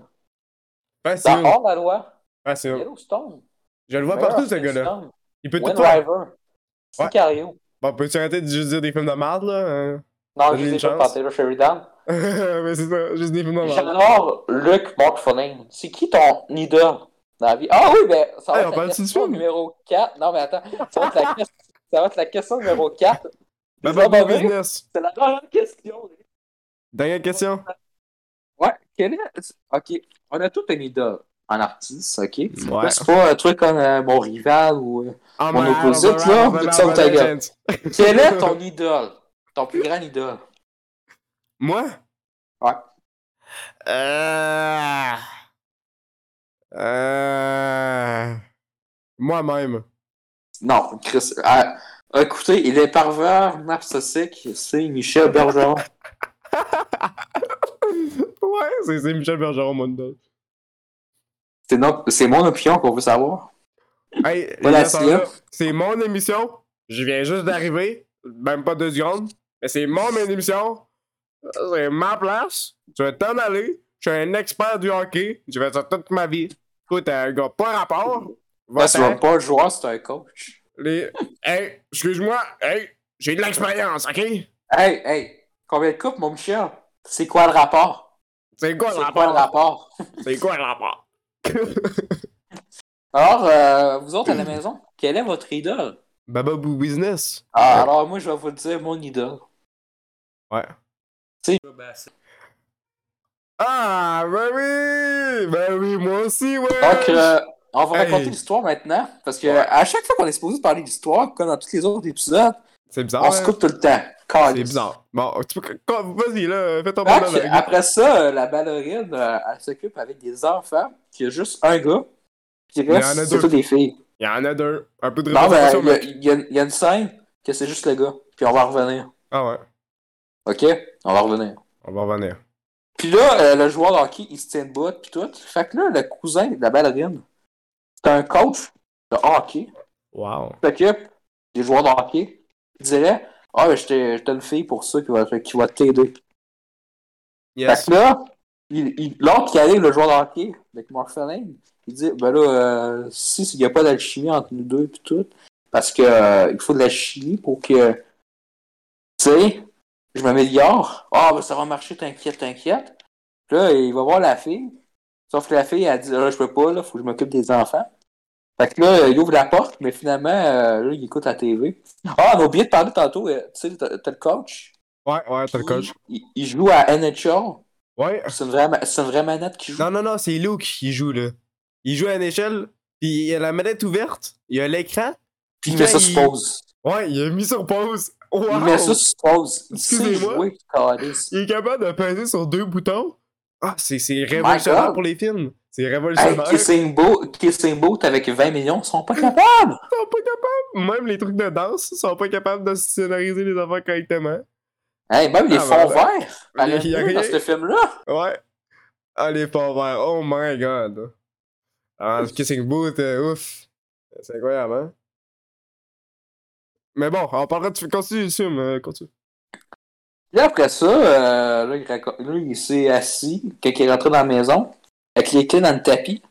Facile. Dans Hors la loi. Facile. Yellowstone. Je le vois Meilleur partout, ce film gars-là. Stone. Il peut tout Wind faire. River. Ouais. Sicario. Bon, peux-tu arrêter de juste dire des films de merde, là? hein? Non, Donne-lui je une sais pas, chance. Pantera Sheridan. mais c'est ça, juste des films de merde. J'adore Luc Montfontaine. C'est qui ton idole dans la vie? Ah oui, ben, ça va Hey, on être la parle-tu du question film? numéro 4. Non, mais attends, ça va être la, question- ça va être la question numéro 4. Ben, Les ben, bon abonnés. business. C'est la dernière question. Dernière question. Ouais, quel est. Ok, on a tout un idole en artiste, ok? Ouais. Là, C'est pas un truc comme euh, mon rival ou. euh, Ah, On mais- opposite, ah, là, mais- ou ah, tu sors ta mais- gueule? Quel est ton idole? Ton plus grand idole? Moi? Ouais. Euh... Euh... Moi-même. Non, Chris. ah, écoutez, il est pervers, narcissique, c'est Michel Bergeron. ouais, c'est- c'est Michel Bergeron, Mondale. C'est no- C'est mon opinion qu'on veut savoir. Hey, Voilà, les c'est là. affaires-là, c'est mon émission. Je viens juste d'arriver. Même pas deux secondes. Mais c'est mon émission. C'est ma place. Tu vas t'en aller. Je suis un expert du hockey. Je vais ça toute ma vie. Toi, t'es un gars pas rapport. Moi, c'est Va-t'en. même pas un joueur, c'est un coach. Les... Hey, excuse-moi. Hey, j'ai de l'expérience, OK? Hey, hey, combien de coupes, mon Michel? C'est quoi le rapport? C'est quoi le C'est quoi le rapport? rapport? C'est quoi le rapport? Alors, euh, vous autres à Hmm. la maison, quelle est votre idole? Baba Boo Business. Ah, alors, moi, je vais vous dire mon idole. Ouais. Tu sais, Ah, ben oui! Ben oui, moi aussi, ouais! donc, euh, on va raconter Hey. l'histoire maintenant, parce que Ouais. à chaque fois qu'on est supposé parler d'histoire, comme dans tous les autres épisodes, c'est bizarre. on se hein? coupe tout le temps. C'est Calisse. bizarre. Bon, tu peux- quand- vas-y, là, fais ton Donc, bonhomme. avec. après ça, euh, la ballerine, euh, elle s'occupe avec des enfants, qui a juste un gars, puis le y reste, en a c'est deux. tous des filles. Il y en a deux. Un peu de Non, mais représentation, il y a- mais- il y, a une- il y a une scène que c'est juste le gars, puis on va revenir. Ah ouais, OK? On va revenir. on va revenir. Puis là, euh, le joueur de hockey, il se tient debout, puis tout. Fait que là, le cousin de la ballerine, c'est un coach de hockey. Wow. Fait que les joueurs de hockey, il dirait Ah, ben, j'étais j'étais une fille pour ça qui va, qui va t'aider. Fait Yes. que là, il- il- l'autre qui arrive, le joueur de hockey, avec Mark Fellaini, il dit Ben là, euh, si il n'y a pas d'alchimie entre nous deux, puis tout, parce que euh, il faut de la chimie pour que, tu sais, je m'améliore. Ah, ben ça va marcher, t'inquiète, t'inquiète. Puis là, il va voir la fille. Sauf que la fille, elle dit Ah, Je peux pas, là, faut que je m'occupe des enfants. Fait que là, il ouvre la porte, mais finalement, euh, là, il écoute la TV. Ah, on a oublié de parler tantôt, euh, tu sais, t'as t'as le coach. Ouais, ouais, t'as le coach. Il, il joue à NHL. Ouais. C'est une vraie, ma- c'est une vraie manette qui joue. Non, non, non, c'est Luke qui joue, là. Il joue à une échelle, puis il y a la manette ouverte, il y a l'écran. Puis il quand met ça il- sur pause. Ouais, il a mis sur pause. Il Wow! met ça sur pause. Il sait Excusez-moi. jouer, câlisse. Il est capable de peser sur deux boutons. Ah, c'est c'est révolutionnaire God. pour les films. C'est Hey, révolutionnaire. Kissing Boat, Kissing Boat avec 20 millions, ils sont pas capables. Ils sont pas capables. Même les trucs de danse, ils sont pas capables de scénariser les affaires correctement. Hey, même les Ah, fonds ben, ben. verts. à Il y a- il y a l'année, dans rien. ce film-là. Ouais. Ah, les pauvres. Oh my god. Ah, le Kissing Booth, euh, ouf. C'est incroyable, hein? Mais bon, on parlera de. Continue, Sum, euh, continue. Puis après ça, euh, là, il, raco- là, il s'est assis quand il est rentré dans la maison avec les clés dans le tapis.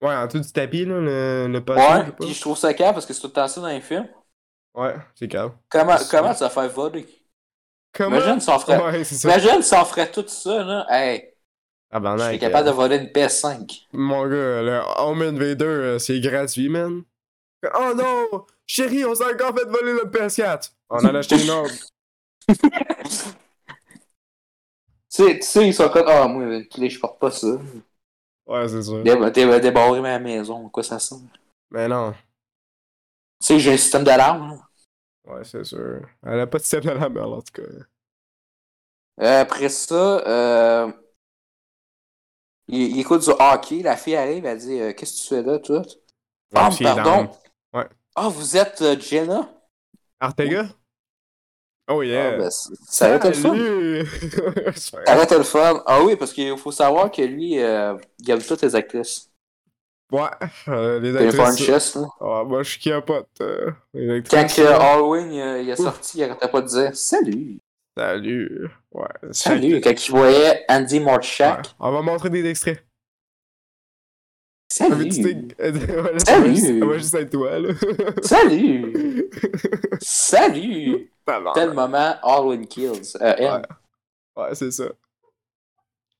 Ouais, en dessous du tapis, là, le, le poteau, Ah, je Ouais, sais pas. puis je trouve ça calme parce que c'est tout le temps ça dans les films. Ouais, c'est calme. Comment, C'est- comment ça fait voler? Comment? Imagine s'en ferait. Ouais, c'est ça. Imagine s'en ferait tout ça, là. Hey, Ah, ben, je non, suis capable de voler une PS5. Mon gars, le Home Invader, euh, c'est gratuit, man. Oh non! Chérie, on s'est encore fait voler notre PS4! On en a acheté une autre. Tu sais, tu sais, ils sont comme Ah, moi, euh, les- je porte pas ça. Ouais, c'est sûr. Dé- dé- Débarrer ma maison, à quoi ça sert? Tu Mais non. sais, j'ai un système d'alarme. Ouais, c'est sûr. Elle a pas de système d'alarme, en tout cas. là. Euh, après ça, euh, il, il écoute du hockey. La fille arrive, elle dit euh, Qu'est-ce que tu fais là, toi Ah, Puis il est pardon. dans- Ouais. Ah, vous êtes euh, Jenna Ortega? Oh Ah, yeah. ben, c- Ça aurait été le fun. Salut! Ça aurait été le fun. Ah oui, parce qu'il faut savoir que lui, euh, il aime toutes les actrices. ouais, euh, les Il aime actrices. chest, là. Ah, moi je capote. euh, les Quand actrices. que Halloween euh, il est Ouf. sorti, il arrêtait pas de dire Salut. Salut. Ouais. Salut. chaque- Quand il voyait Andy Ouais, Morchak, On va montrer des extraits. Ah Un petit Salut. ex- Voilà, ça va Salut. juste- ça va juste être toi, là. Salut! Salut! Ça va. Tel moment, Halloween Kills. Euh, elle. Ouais. Ouais, c'est ça.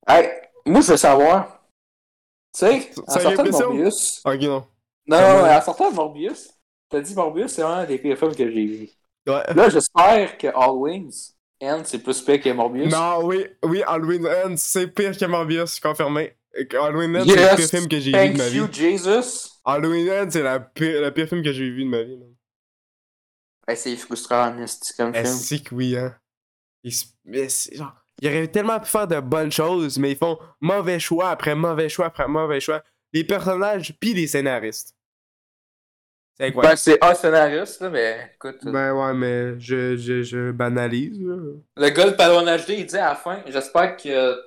Hey, moi, je veux savoir. Tu sais, Ça- en ça sortant de réfléchit au- Morbius. Ok, non. Non, Ça non, va. en sortant de Morbius, t'as dit Morbius, c'est un des pires films que j'ai vu. Ouais. Là, j'espère que Halloween End, c'est plus pire que Morbius. Non, oui, oui, Halloween End, c'est pire que Morbius, confirmé. Halloween End, c'est Yes. le pire film que j'ai vu de Thank ma vie. you, Jesus. Halloween End, c'est la pire- le pire film que j'ai vu de ma vie, man. Hey, Ben, c'est frustrant, Nasty, comme film. Est-ce que oui, hein? Il, se- mais c'est genre, il aurait tellement pu faire de bonnes choses, mais ils font mauvais choix après mauvais choix après mauvais choix. Les personnages puis les scénaristes. C'est Ben, incroyable. c'est un scénariste, là, mais écoute. Ben ouais, mais je, je, je banalise. là. Le gars de Padawan HD, il dit à la fin J'espère que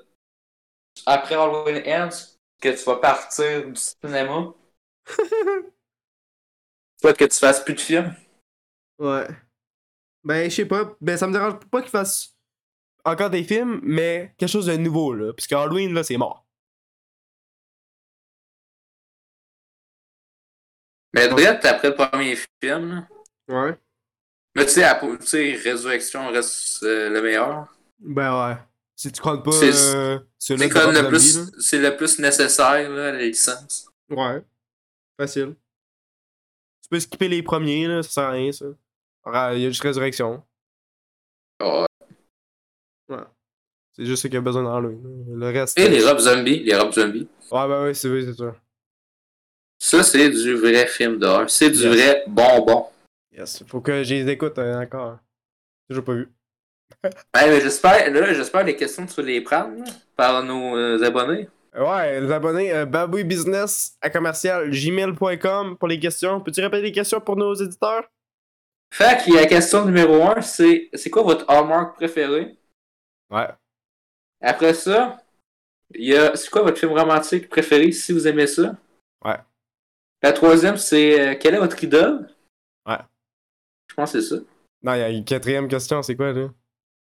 après Halloween Ends que tu vas partir du cinéma. Soit que tu fasses plus de films. Ouais. Ben, je sais pas. Ben, ça me dérange pas qu'ils fassent encore des films, mais quelque chose de nouveau, là. Parce que Halloween, là, c'est mort. Mais direct après le premier film, là. Ouais. Mais tu sais, à- tu sais, Résurrection reste euh, le meilleur. Ben, ouais. Si tu crois pas. C'est- euh, sur C'est l'autre comme le zombie, plus, là. c'est le plus nécessaire, là, la licence. Ouais. Facile. Tu peux skipper les premiers, là, ça sert à rien, ça. Alors, Il y a juste résurrection. Oh, C'est juste ce qu'il y a besoin dans Halloween. Le reste. et euh, les robes zombies, les robes zombies. Ouais, ben ouais, c'est vrai, c'est sûr. Ça, c'est du vrai film d'horreur. C'est du Yes. vrai bonbon. Yes. Faut que je les écoute euh, encore. Toujours pas vu. Ouais, Ben, mais j'espère, là, j'espère les questions, tu vas les prendre, là, par nos euh, abonnés. Ouais, les abonnés, euh, Baboui Business à commercial gmail.com pour les questions. Peux-tu répéter les questions pour nos éditeurs? Fait que la question numéro 1, c'est, c'est quoi votre hallmark préféré? Ouais. Après ça, il y a, c'est quoi votre film romantique préféré, si vous aimez ça? Ouais. La troisième, c'est, euh, quelle est votre idole? Ouais. Je pense que c'est ça. Non, il y a une quatrième question, c'est quoi, là?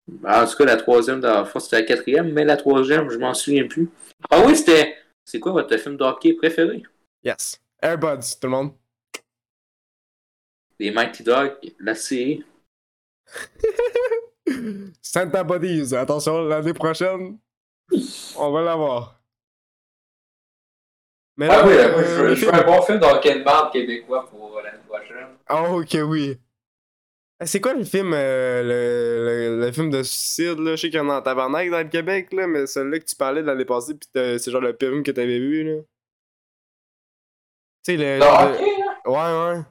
Ben, en tout cas, la troisième, dans la fois, c'était la quatrième, mais la troisième, je m'en souviens plus. Ah oui, c'était. C'est quoi votre film d'hockey préféré? Yes. Airbuds, tout le monde. Les Mighty Dogs, la série. Santa Bodies, attention, l'année prochaine, on va l'avoir. Mais Ah là, euh, le film- bon film d'hockey de barbe québécois pour l'année prochaine. Oh, ok, oui. Eh, C'est quoi le film, euh, le, le- le film de suicide, là? Je sais qu'il y en a en tabarnak dans le Québec, là, mais celui-là que tu parlais de l'année passée, pis t'as- c'est genre le pire film que t'avais vu, là. Tu sais, le... genre de- là? Ouais, ouais,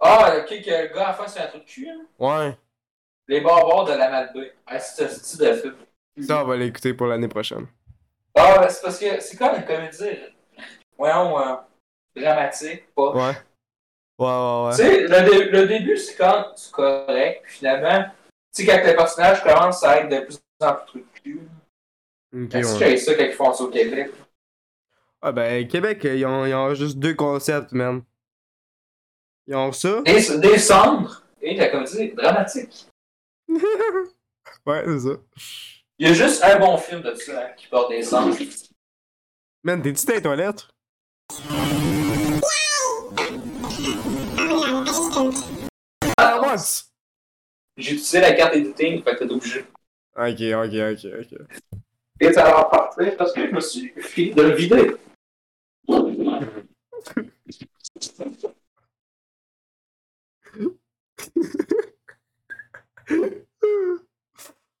Ah, ok, que le gars en face, c'est un truc de cul, hein? ouais. Les barbares de la Malbaie. Ah, c'est un style de film. Ça, on va l'écouter pour l'année prochaine. Ah, ben, c'est parce que c'est comme une comédie. Voyons, euh, dramatique, pas. Ouais. Ouais, ouais, ouais. Tu sais, le, dé- le début, c'est quand c'est correct, puis finalement, tu sais, quand les personnages commencent à être de plus en plus trucs cul. ben, Ok, Est-ce ouais. que j'ai ça quand ils font ça au Québec? Ah ben, Québec, euh, ils ont, ils ont juste deux concepts, man. Ils ont ça. Des, des cendres et de la comédie dramatique. ouais, c'est ça. Il y a juste un bon film de ça hein, qui porte des cendres. Man, t'es-tu dans les toilettes? Ah, what? J'ai utilisé la carte editing, fait que t'es obligé. Ok, ok, ok, ok. Et ça va partir parce que je me suis fini de le vider.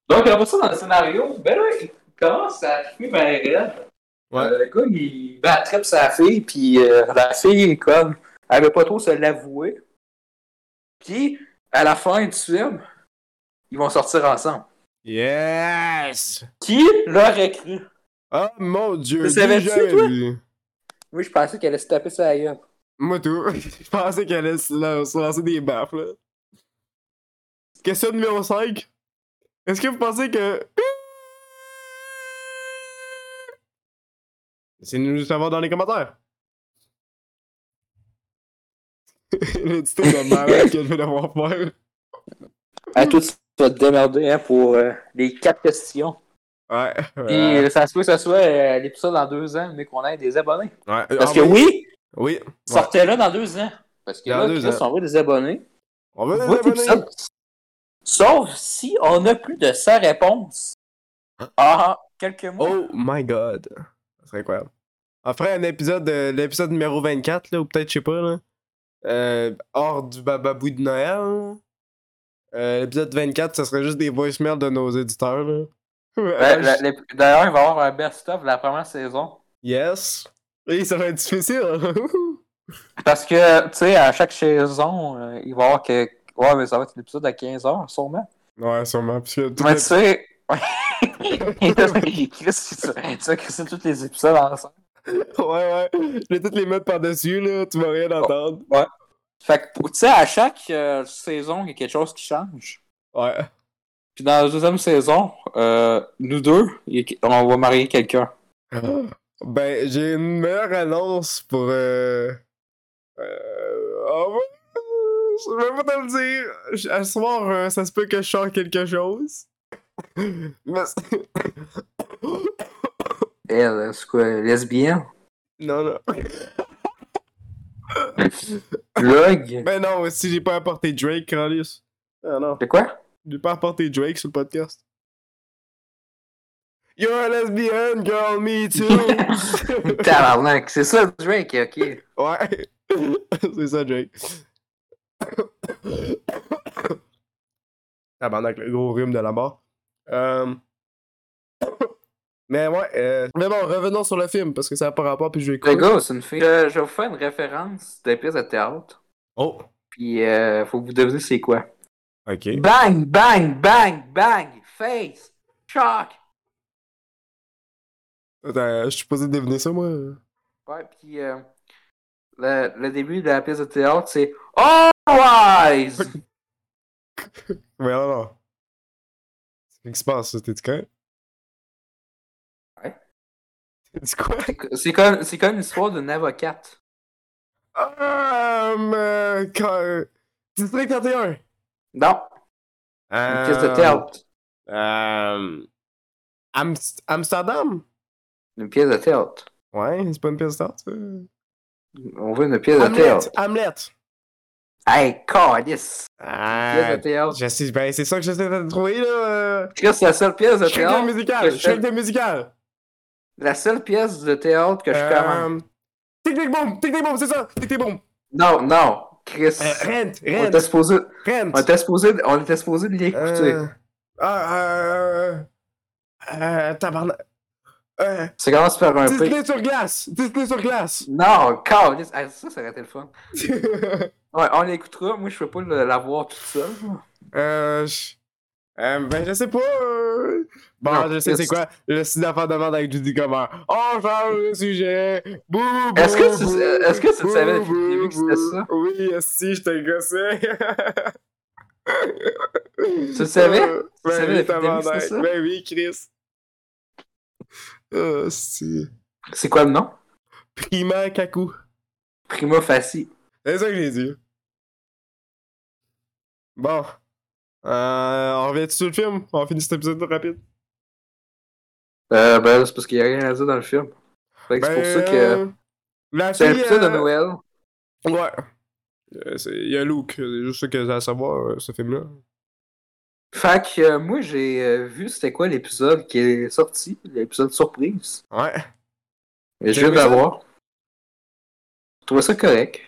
Donc, après ça, dans le scénario, ben là, il commence à fumer par elle. Ouais. Euh, le gars, il bat trip sa fille, puis euh, la fille, comme, elle veut pas trop se l'avouer. Puis, à la fin du film, ils vont sortir ensemble. Yes! Qui l'aurait cru? Oh mon dieu! Tu savais-tu, déjà toi? vu. Oui, je pensais qu'elle allait se taper sa gueule. Moi tout. Je pensais qu'elle allait se lan- se lancer des baffes, là. Question numéro 5. Est-ce que vous pensez que. C'est nous le savoir dans les commentaires. L'édité de malade que je vais devoir faire. À tout, tu vas te démerder hein, pour euh, les quatre questions. Ouais. Puis, ouais. euh, ça se peut que ce soit euh, l'épisode dans deux ans, mais qu'on ait des abonnés. Ouais. Parce Ah, que oui, Oui. sortez-le dans deux ans. Parce que Dans là, deux Chris, ans. on veut des abonnés. On veut des Votre abonnés. épisode. Sauf si on a plus de 100 réponses. Hein? Ah, quelques mois. Oh my god. Ça serait incroyable. On ferait un épisode, de l'épisode numéro 24, là, ou peut-être, je sais pas, là. Euh, hors du bababou de Noël. là. Euh, l'épisode 24, ça serait juste des voicemails de nos éditeurs, là. Euh, Ben, euh, la- la- D'ailleurs, il va y avoir un best-of de la première saison. Yes. Et ça va être difficile. Parce que, tu sais, à chaque saison, euh, il va y avoir que. Ouais, mais ça va être l'épisode à 15h, sûrement. ouais, sûrement. Parce que tout Mais le- tu sais. Chris, tu sais que c'est tous les épisodes ensemble. Ouais, ouais. Je vais toutes les mettre par-dessus, là. Tu vas rien Oh. entendre. Fait que, tu sais, à chaque euh, saison, il y a quelque chose qui change. Ouais. Puis dans la deuxième saison, euh, nous deux, il y a- on va marier quelqu'un. Ah. Ben, j'ai une meilleure annonce pour. Euh... Euh... oh, ouais. Je vais pas te le dire. Je- À ce soir, euh, ça se peut que je sors quelque chose. Mais c'est- Elle, euh, c'est quoi, lesbienne? non, non. Blog? Ben non, si j'ai pas apporté Drake, Carlis. Ah non. De quoi? J'ai pas apporté Drake sur le podcast. You're a lesbian, girl, me too! Tabarnak, c'est ça Drake, ok. Ouais. c'est ça, Drake. Tabarnak, le gros rhume de la mort. Euh, Mais ouais, euh, mais bon, revenons sur le film parce que ça n'a pas rapport puis je vais Le écouter. gars, c'est une fille. Euh, je vais vous faire une référence d'un pièce de théâtre. Oh, Puis, euh, faut que vous devinez c'est quoi. ok. Bang, bang, bang, bang, face, choc. Attends, je suis posé deviner ça, moi. Ouais, puis, euh, le, le début de la pièce de théâtre, c'est Always! Mais non, non. Qu'est-ce qui se passe? ça? T'es-tu quoi? Ouais. T'es-tu quoi? C'est comme, c'est comme l'histoire d'une avocate. Ah, mais... quand- euh, District 31! Non, une pièce de théâtre. Euh... Amst- Amsterdam? Une pièce de théâtre. Ouais, c'est pas une pièce de théâtre, ça. On veut une pièce de Hamlet! théâtre. Hamlet! Hey, calice! Pièce Ah, de théâtre. je sais, ben c'est ça que j'essaie de trouver, là. euh, Chris, c'est la seule pièce de Shrek théâtre. le musical! que je- Shrek le musical! La seule pièce de théâtre que je commande. Euh... Tic-tic boom! Tic-tic boom, c'est ça! Tic-tic boom! Non, non, Chris. Euh, Rent! on, Rent! était supposé, Rent! on, était supposé, on était supposé de l'écouter. Euh, Ah, euh... Euh... Tabarnak... Euh... Ça commence par un P. Disney sur glace! Disney sur glace! Non, calice! Hey, ça, ça aurait été le fun. Ouais, on l'écoutera. Moi, je peux pas le- la voir toute seule. Euh, je- euh, ben, je sais pas. euh. Bon, Non, je sais c'est c'est- quoi. Le sida demande avec Judy Comer. On change le sujet. Bou, bou, Est-ce que tu- bou, est-ce que tu bou, savais depuis le bou, début que c'était bou. ça? Oui, si, je t'ai gossé. Tu le savais? Euh, Ben oui, Tu savais depuis le début que c'était tabarnak. ça? Ben oui, Chris. Euh, si. C'est quoi le nom? Prima Kaku. Prima facie. C'est ça que j'ai dit. Bon. Euh, on revient-tu sur le film? On finit cet épisode rapide. Euh, ben, c'est parce qu'il y a rien à dire dans le film. Fait que c'est pour ça que. euh, La C'est un fille, épisode de euh, Noël. Ouais. Euh, c'est- Il y a Luke, c'est juste ça que j'ai à savoir, euh, ce film-là. Fait que euh, moi, j'ai euh, vu c'était quoi l'épisode qui est sorti, l'épisode surprise. Ouais. Et T'as je viens aimé ça? d'avoir. Je trouvais ça correct.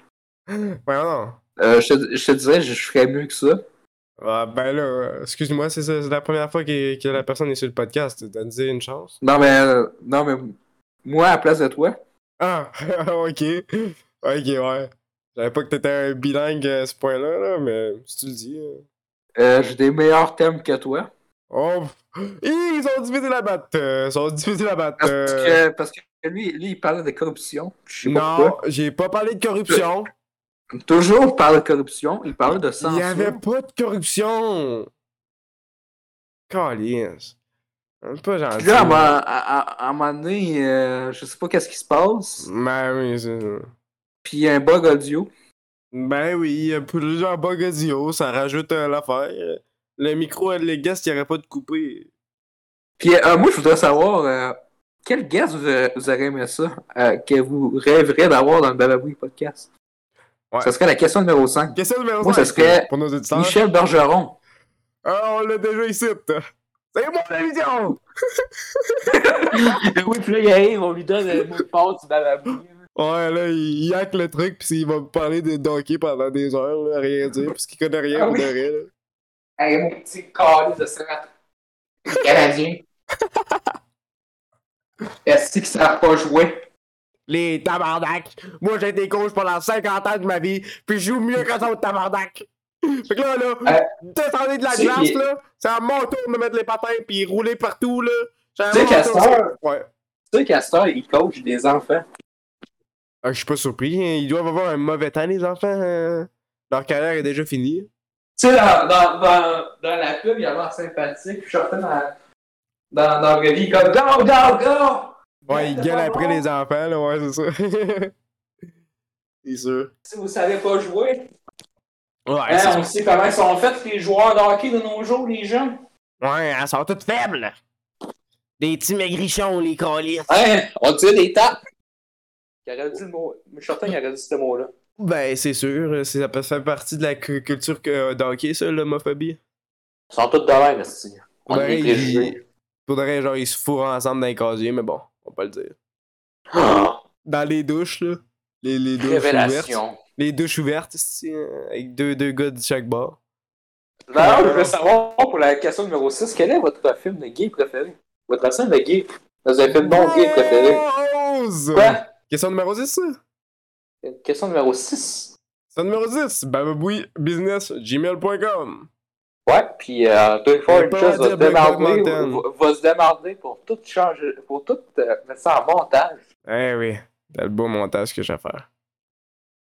Ouais, non. Euh, je, te, je te dirais, je, je ferais mieux que ça. Ah, ben là, euh, excuse-moi, c'est ça, c'est la première fois que, que la personne est sur le podcast. Donne-y une chance. Non, mais, euh, non, mais moi, à la place de toi, Ah, ok. Ok, ouais. J'avais pas que t'étais un bilingue euh, à ce point-là, là, mais si tu le dis. euh. euh, j'ai des meilleurs thèmes que toi. Oh! pff. Hi, Ils ont divisé la batte! euh, Ils ont divisé la batte! Parce, euh. que, parce que lui, lui, il parlait de corruption. Je sais pas Non, pourquoi. j'ai pas parlé de corruption. Toujours, il parlait de corruption. Il parlait de Il censure. n'y avait pas de corruption! Calice. C'est Pas gentil. Puis là, à, un moment- à- à- à un moment donné, euh, je sais pas qu'est-ce qui se passe. Ben oui, c'est ça. Puis il y a un bug audio. Ben oui, il y a plusieurs bugs audio, ça rajoute euh, l'affaire. Le micro et les guests, il n'y aurait pas de coupé. Puis euh, moi, je voudrais savoir euh, quel guest vous, vous auriez aimé ça, euh, que vous rêverez d'avoir dans le Bababoui podcast. Ouais. Ça serait la question numéro 5. Question numéro Moi, ça 5 serait pour nos éditeurs. Michel Bergeron. Ah, on l'a déjà ici. C'est mon émission! oui, puis là, il arrive, on lui donne le mot de passe du bababou. Ouais, là, il hack le truc, puis il va me parler de donkey pendant des heures, là, à rien dire, parce qu'il connaît rien Ah pour oui. de rien, là. Hey, mon petit calice de sénateur canadien. Est-ce qu'ils savent pas jouer? Les tabarnak! Moi, j'ai été coach pendant 50 ans de ma vie, puis je joue mieux qu'un autre tabarnak! Fait que là, là, descendez de la Euh, tu sais, glace, il- là, c'est à mon tour de me mettre les patins, puis rouler partout, là! C'est à Tu sais, mon tour, Castor? ça. Ouais. Tu sais qu'Astor, il coach des enfants. Ah, je suis pas surpris, hein, ils doivent avoir un mauvais temps, les enfants. hein. Leur carrière est déjà finie. Tu sais, dans, dans, dans, dans la pub, il y a l'air sympathique, puis je sortais dans, dans, dans la vraie vie, comme Go, go, go! Ouais, il gueule après les enfants, là, ouais, c'est ça. c'est sûr. Si vous savez pas jouer, Ouais, hein, c'est on sait comment sont faits les joueurs de hockey de nos jours, les jeunes. Ouais, elles sont toutes faibles. Des petits maigrichons, les colliers. Hein, on tire des tapes. Il aurait dit le mot. Je suis certain qu'il aurait dit ce mot-là. Ben, c'est sûr, c'est- ça peut faire partie de la cu- culture que- d'hockey, ça, l'homophobie. Ils sont tous de même, esti. On Ouais, est préjugés. Ben, il- Faudrait, genre, ils se fourrent ensemble dans les casiers, mais bon, on peut le dire. Ah, Dans les douches, là. Les, les douches ouvertes. Révélation. Les douches ouvertes, c'est, euh, avec deux, deux gars de chaque bord. D'ailleurs, je voulais savoir pour la question numéro 6, quel est votre film de gay préféré Votre scène de gay Vous avez fait non gay préféré Rose! Quoi Question numéro 10, ça? Question numéro 6. Question numéro 10, bababoui.business.gmail.com. Ouais, puis euh, deux fois, J'ai une pas chose à va se dire Black démarrer, Mountain. va, va se démarrer pour tout changer, pour tout euh, mettre ça en montage. Eh oui, t'as le beau montage que j'ai à faire.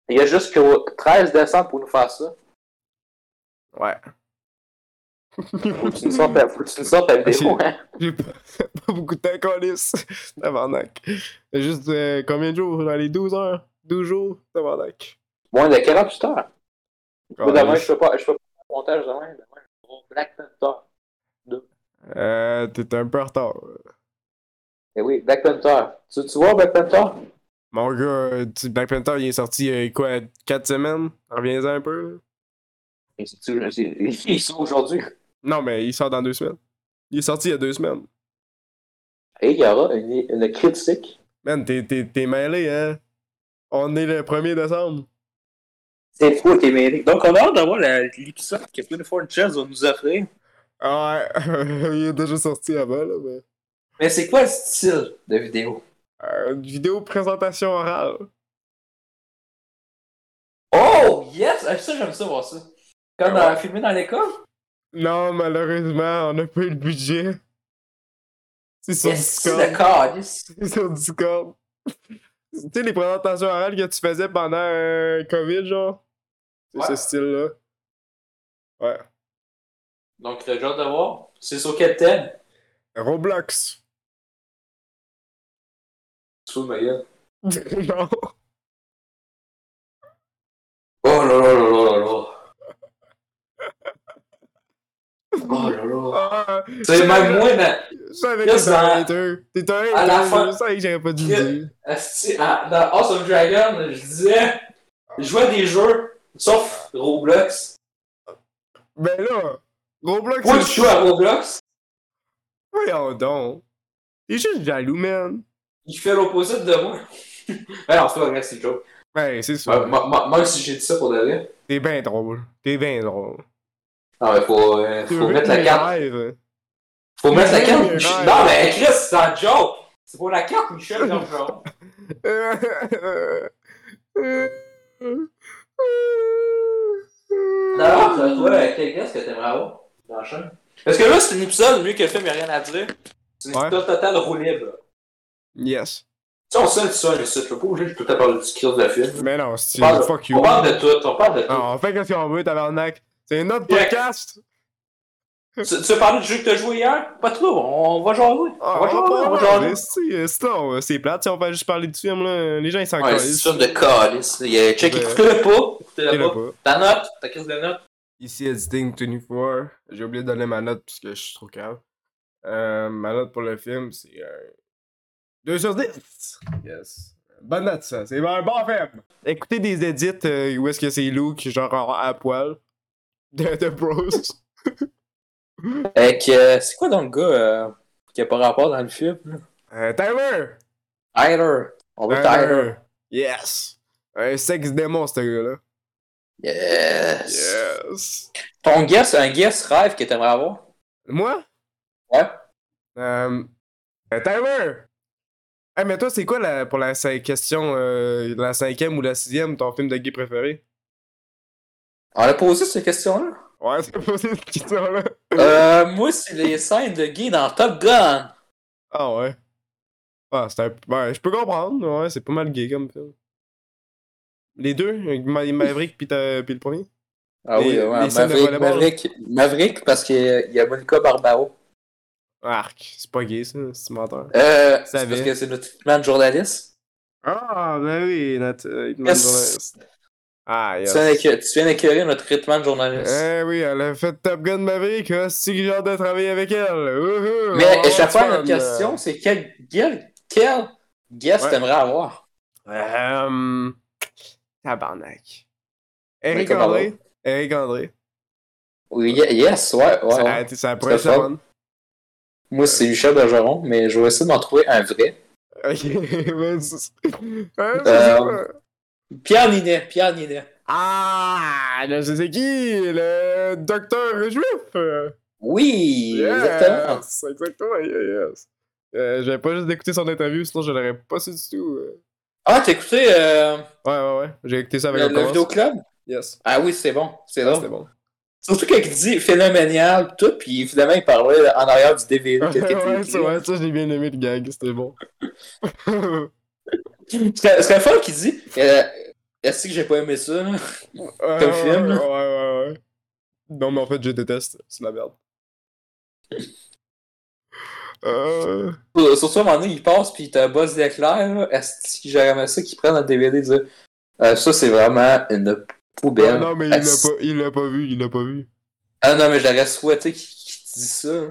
Il y a juste que 13 décembre pour nous faire ça. Ouais. Faut que tu nous sortes la- faut que tu nous sortes la vidéo, hein. J'ai pas, pas beaucoup de temps qu'on lisse. Tabarnak. Juste euh, combien de jours? Dans les 12 heures? 12 jours? Tabarnak. Moins de 48 heures. Ah, Moi, demain, je Calisse. fais pas, je fais pas le montage demain. Demain, je vais voir Black Panther. Euh, t'es un peu en retard. Eh oui, Black Panther. Tu, tu vois Black Panther? Mon gars, euh, tu- Black Panther, il est sorti euh, quoi? 4 semaines? Reviens-en un peu. là. Et c'est- tu- c'est- Ils sont aujourd'hui. Non, mais il sort dans 2 semaines. Il est sorti il y a 2 semaines. Et Eh, il y aura une, une critique. Man, t'es, t'es, t'es mêlé, hein? On est le 1er décembre. C'est fou, t'es mêlé. Donc, on a hâte d'avoir la- l'épisode que Flynn Fortress va nous offrir. Ah ouais, il est déjà sorti avant, là, mais... Mais c'est quoi le style de vidéo? Euh, une vidéo présentation orale. Oh, yes! Ah, Ça, j'aime ça voir ça. Comme dans, filmé dans l'école? Non, malheureusement, on n'a pas eu le budget. C'est sur Yes, Discord. le calice. C'est sur Discord. tu sais, les présentations orales que tu faisais pendant euh, Covid, genre. C'est Ouais. ce style-là. Ouais. Donc, le genre de voir, c'est sur quel thème? Roblox. Sous ma gueule. non. Oh là là là là là là. Oh là là. Ah, C'est même moins dans, Je savais que Yes, t'étais dans- un hater. T'es un à la hater, fin- je savais que j'aurais pas dû Que- le dire. Asti- à- dans House of Dragon, je disais, je jouais à des jeux, sauf Roblox. Ben là, Roblox, Moi, c'est- je joue à Roblox, Voyons donc. T'es juste jaloux, man. il fait l'opposite de moi. Alors, c'est pas vrai, c'est une joke. Ouais, Ben, c'est sûr. Euh, moi- moi- Même si j'ai dit ça pour de vrai. T'es bien drôle. T'es bien drôle. Non, mais faut, euh, Tu faut veux mettre la mes carte. rêves. Faut mettre la Oui, carte. oui, oui. Non, mais Chris, c'est un joke. C'est pour la carte, Michel, comme genre. Non, non, toi, quel gars est-ce que t'aimerais avoir dans la chaîne? Parce que là, c'est un épisode, lui, que le film, il a rien à dire. C'est une Ouais. épisode totale roue libre. Yes. Tu sais, on sait, tu sais, je sais, je peux pas obligé de tout à parler du kill de film. Mais non, c'est On parle- fuck you. On parle de tout, on parle de tout. Ah, on fait ce qu'on veut, tabarnak. C'est notre Yeah. podcast. Tu, tu veux parler du jeu que t'as joué hier? Pas trop, on va jaser. Ah, on va jaser, on va parler. jaser. Si, si, non, C'est plate si on fait juste parler du film, là. Les gens, ils s'en Ouais, c'est calissent. sûr de calice. Il y a- Check, Ouais. écoute-le pas. Écoutez-le Écoute-le pas. Ta note, ta crise de note. Ici, Editing 24. J'ai oublié de donner ma note puisque je suis trop calme. Euh, ma note pour le film, c'est un 2 sur 10. Yes. Bonne note, ça. C'est un bon film. Écoutez des edits euh, où est-ce que c'est Luke, genre en- à poil, de, de Bros. Fait que, euh, c'est quoi donc le gars euh, qui a pas rapport dans le film? là? Euh, Tyler! Euh, Tyler. On veut Oh, Tyler. Yes! Un sexe démon, ce gars-là. Yes. Yes! Ton guess, un guess rêve que t'aimerais avoir? Moi? Ouais. Euh, euh, Tyler! Hey, mais toi, c'est quoi la, pour la cin- question, euh, la cinquième ou la sixième, ton film de gay préféré? On a posé cette question-là? Ouais, c'est pas cette question-là. Euh, moi, c'est les scènes de Guy dans Top Gun. Ah ouais. Ah, c'est un... Ouais, je peux comprendre, ouais, c'est pas mal gay comme film. Les deux? Ma- Maverick pis, ta- pis le premier? Ah Les- oui, ouais, les scènes de Maverick, euh, volleyball. Maverick, Maverick, parce qu'il y a Monica Barbaro. Arc, c'est pas gay ça, c'est un menteur. Euh, Ça c'est parce va. que c'est notre man de journaliste. Ah, ben oui, notre euh, Hitman Yes. journaliste. Ah, yes. Tu viens d'écœurer- Tu viens d'écœurer notre rythme de journaliste. Eh oui, elle a fait Top Gun Maverick, hein, si j'ai hâte de travailler avec elle. Wouhou, on va Mais avoir chaque du fois, fun. notre question, c'est quel, quel, quel guest Ouais. t'aimerais avoir? Euh, tabarnak. Eric Michael André. Eric André. Oui, ye- yes, ouais, ouais. ça, ouais. a été- ça pourrait être C'était la fun. bonne. Moi, c'est Michel Bergeron, mais je vais essayer de m'en trouver un vrai. Ok, ben, c'est- Ouais, c'est Euh, ça. Pierre Ninet, Pierre Ninet. Ah, là, je sais qui? Le docteur juif. Euh, Oui, exactement. Yes, exactement, yeah, yes. Euh, J'avais pas juste d'écouter son interview, sinon je l'aurais pas su du tout. euh. Ah, t'as écouté euh, Ouais, ouais, ouais. J'ai écouté ça avec le, un le commence. vidéoclub? Yes. Ah oui, c'est bon, c'est Ah, drôle. C'était bon. Surtout quand il dit phénoménal, tout, puis finalement, il parlait en arrière du DVD. ouais, que t'étais ouais, écrit. ça, ouais, ça, j'ai bien aimé le gag, c'était bon. C'est c'est fort qu'il dit euh, Est-ce que j'ai pas aimé ça là? Ouais, ouais, film, Ouais, là. ouais, ouais. Non, mais en fait, je déteste. C'est la merde. euh... Sur- Surtout à un moment donné, il passe, puis t'as un boss d'éclair. là, Est-ce que j'ai aimé ça qu'il prenne le DVD et dire Euh, Ça, c'est vraiment une poubelle. ah non, mais il l'a Est-ce- pas, il l'a pas vu, il l'a pas vu. Ah non, mais j'aurais souhaité qu'il qu'il dise ça. là.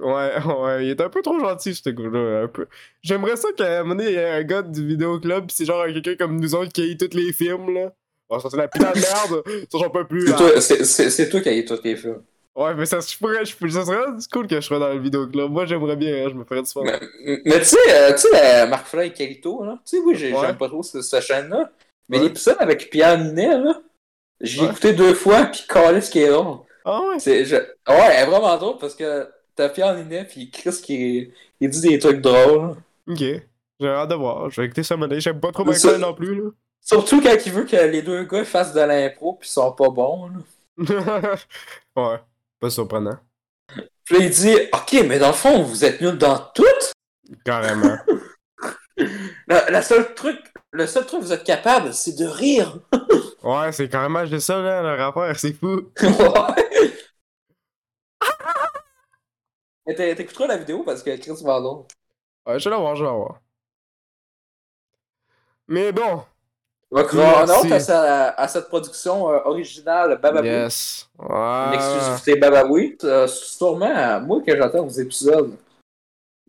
Ouais, ouais, il est un peu trop gentil, ce gars-là. un peu. J'aimerais ça qu'à un moment donné, il y ait un gars du vidéoclub, pis c'est genre quelqu'un comme nous autres qui a eu tous les films, là. Bon, ça, c'est la putain de merde. Ça, j'en peux plus. C'est là. toi- C'est c'est- c'est toi qui as eu tous les films. Ouais, mais ça, je pourrais, je, pourrais- ça serait cool que je sois dans le vidéoclub. Moi, j'aimerais bien, hein, je me ferais du fun. Mais, mais tu sais, euh, tu sais, la Marc Fleur et Calito, là. Tu sais, oui, j'ai- Ouais. j'aime pas trop ce- cette chaîne-là. Mais Ouais. l'épisode avec Pierre Ninet, là, j'ai Ouais. écouté deux fois, puis calé ce qui est drôle. Ah ouais? C'est, je- Ouais, elle est vraiment drôle parce que t'as Pierre Ninet pis Chris qui il dit des trucs drôles. Ok. J'ai hâte de voir. Je vais écouter ça, mais j'aime pas trop Mais Michael ça- non plus, là. Surtout quand il veut que les deux gars fassent de l'impro pis ils sont pas bons. Là. ouais, pas surprenant. Puis là, il dit Ok, mais dans le fond, vous êtes nuls dans tout. Carrément. La, la seule truc, le seul truc que vous êtes capable, c'est de rire. Ouais, c'est carrément juste ça, là, le rappeur, c'est fou. Ouais. Mais t'é- T'écouteras la vidéo parce que Chris va drôle. Ouais, je vais l'avoir, je vais l'avoir. Mais bon. On a hâte Merci. à, sa- à cette production euh, originale Bababoui. Yes. Une Ouais. exclusivité Babaoui. Euh, sûrement, euh, moi, que j'attends vos épisodes,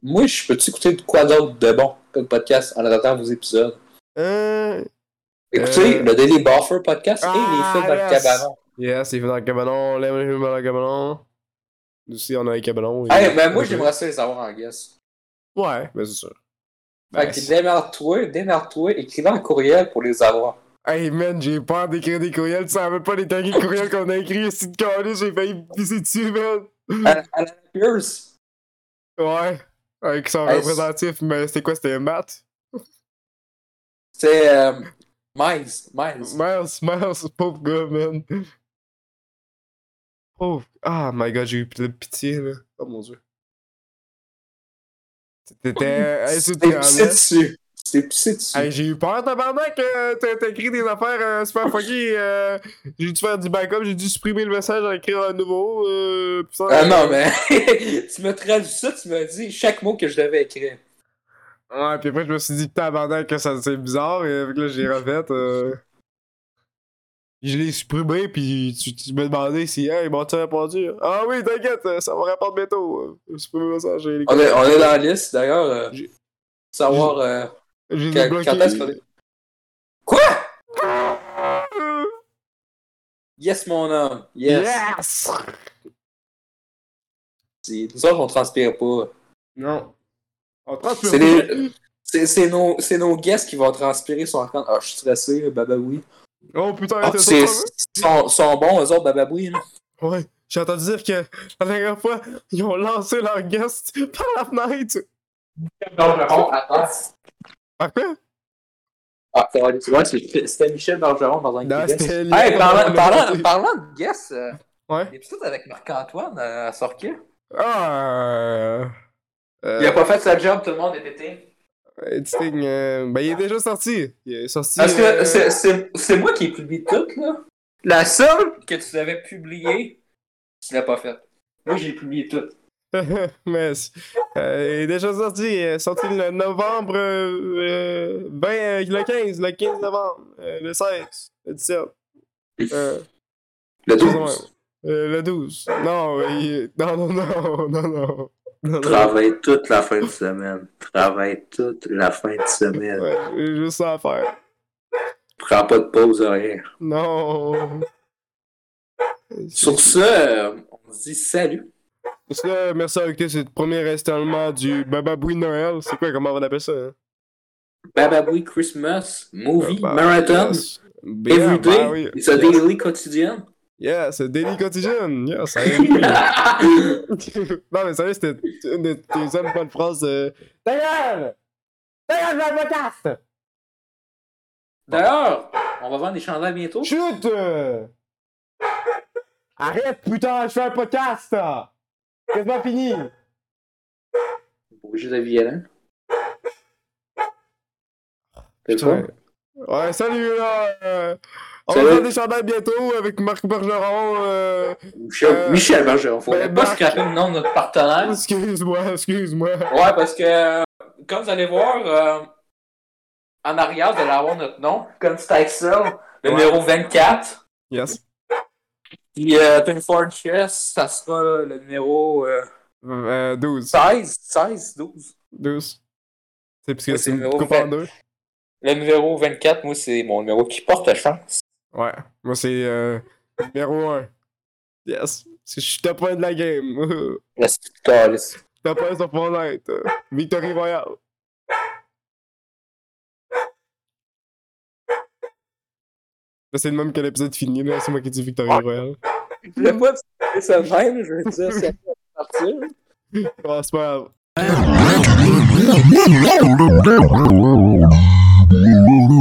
moi, je peux-tu écouter de quoi d'autre de bon comme podcast en attendant vos épisodes? Euh... Écoutez, Euh. le Daily Buffer podcast et les Ah, films dans le yes. cabanon. Yes, il fait dans le cabanon, on l'aime, il fait dans le cabanon. Nous aussi, on a les cabanons. Eh, et- ben, moi, j'aimerais ça les avoir en guest. Ouais, ben c'est sûr. Fait Ben, que c'est- démerde-toi, démerde-toi, écris un courriel pour les avoir. Hey man, j'ai peur d'écrire des courriels, tu savais pas les derniers courriels qu'on a écrits, c'est de coller, j'ai failli me pisser dessus, man. Alan Alan Pierce, Ouais, avec son Hey, représentatif, mais c'était quoi, c'était Matt? c'est euh, Miles, Miles. Miles, Miles, pauvre gars, man. Pauvre. Ah my god, j'ai eu de pitié, là. Oh mon dieu. C'était C'est insultant, poussé là. dessus. C'est poussé dessus. Hey, j'ai eu peur, tabarnak, euh, t'as t'as écrit des affaires euh, super funky, euh, j'ai dû faire du backup, j'ai dû supprimer le message, en écrire un nouveau, euh, putain, Ah euh, non, mais tu me traduis ça, tu m'as dit chaque mot que je devais écrire. Ouais, puis après, je me suis dit, tabarnak, que ça c'est bizarre, et avec là, j'ai refait. euh. Je l'ai supprimé, puis tu, tu me demandais si, hey, m'ont-tu répondu? Ah oui, t'inquiète, euh, ça va répondre bientôt. J'ai supprimé le message, j'ai On est, on est dans la liste, d'ailleurs. euh, J'ai- savoir euh, j'ai quand, débloqué. quand est-ce qu'on est... Yes, mon homme! Yes! Yes! C'est- Nous autres, on transpire pas. Non. On transpire C'est pas. les- C'est c'est nos, c'est nos guests qui vont transpirer sur encore. Ah, je suis stressé, bababoui. Oh putain, Ah, t'es sûr, c'est- ça, ils sont, sont bons, eux autres, bababoui. là. va? Ouais, j'ai entendu dire que la dernière fois, ils ont lancé leur guest par la fenêtre. Bergeron, attends. Par quoi? Ah, c'est vrai, tu vois, c'est- c'était Michel Bergeron dans un Non, guest. c'était Hey, Léon parlant, Lemonté. parlant, parlant de guests, euh, Ouais. l'épisode avec Marc-Antoine euh, à Sorquet. Ah! Euh, Il a pas fait sa job, tout le monde est été. Editing, euh, ben, il est déjà sorti. Il est sorti. Parce euh, que c'est- c'est c'est moi qui ai publié tout, là. La seule que tu avais publiée, tu l'as pas faite. Moi, j'ai publié tout. Mais c'est- euh, il est déjà sorti, euh, sorti le novembre euh, euh, 20, euh, le 15, le 15 novembre, euh, le 16, le 17, euh, Le chose de 12. même. Euh, le 12. Non, il- non, non, non, non, non. non, non. Travaille toute la fin de semaine. Travaille toute la fin de semaine. Ouais, j'ai juste ça à faire. Prends pas de pause horaire. Non. Sur ce, euh, on se dit salut. Sur ce, merci d'avoir écouté ce premier installement du Bababoui Noël. C'est quoi, comment on appelle ça? hein? Bababoui Christmas Movie Bah, Marathon. yes. Bien, bah Everyday. oui. It's a daily quotidien. Yes, Daily Contagion. Yes, ça Non, mais sérieux, c'était une de tes seules bonnes phrases. Euh... Ta gueule! Ta gueule, je podcast! D'ailleurs, on va vendre des chandelles bientôt. Chut! euh! Arrête, putain, je fais un podcast! Quasiment fini! Brigitte de violent. C'est Putain. ça? Ouais, salut, là! euh, On Salut. va faire des chandelles bientôt avec Marc Bergeron. Euh... Michel, Euh, Michel Bergeron. Faut ben, pas Marc- scraper le nom de notre partenaire. Excuse-moi, excuse-moi. Ouais, parce que, euh, comme vous allez voir, euh, en arrière, vous allez avoir notre nom, comme c'est Excel, le Ouais. numéro 24. Yes. Puis, euh, 24 Chess, ça sera le numéro euh, Euh, 12. 16, 16, 12. 12. C'est parce Ouais, que c'est c'est une numéro coupe en vingt. deux. Le numéro 24, moi, c'est mon numéro qui porte chance. Ouais, moi c'est euh, numéro 1. Yes, je suis top 1 de la game. La Scarlett. top 1 sur Fortnite. euh, Victory Royale. Là, C'est le même que l'épisode fini, là, c'est moi qui dis Victory Royale. Je voulais pas dire ça de même, je veux dire ça à partir. Oh, c'est pas grave. Wow.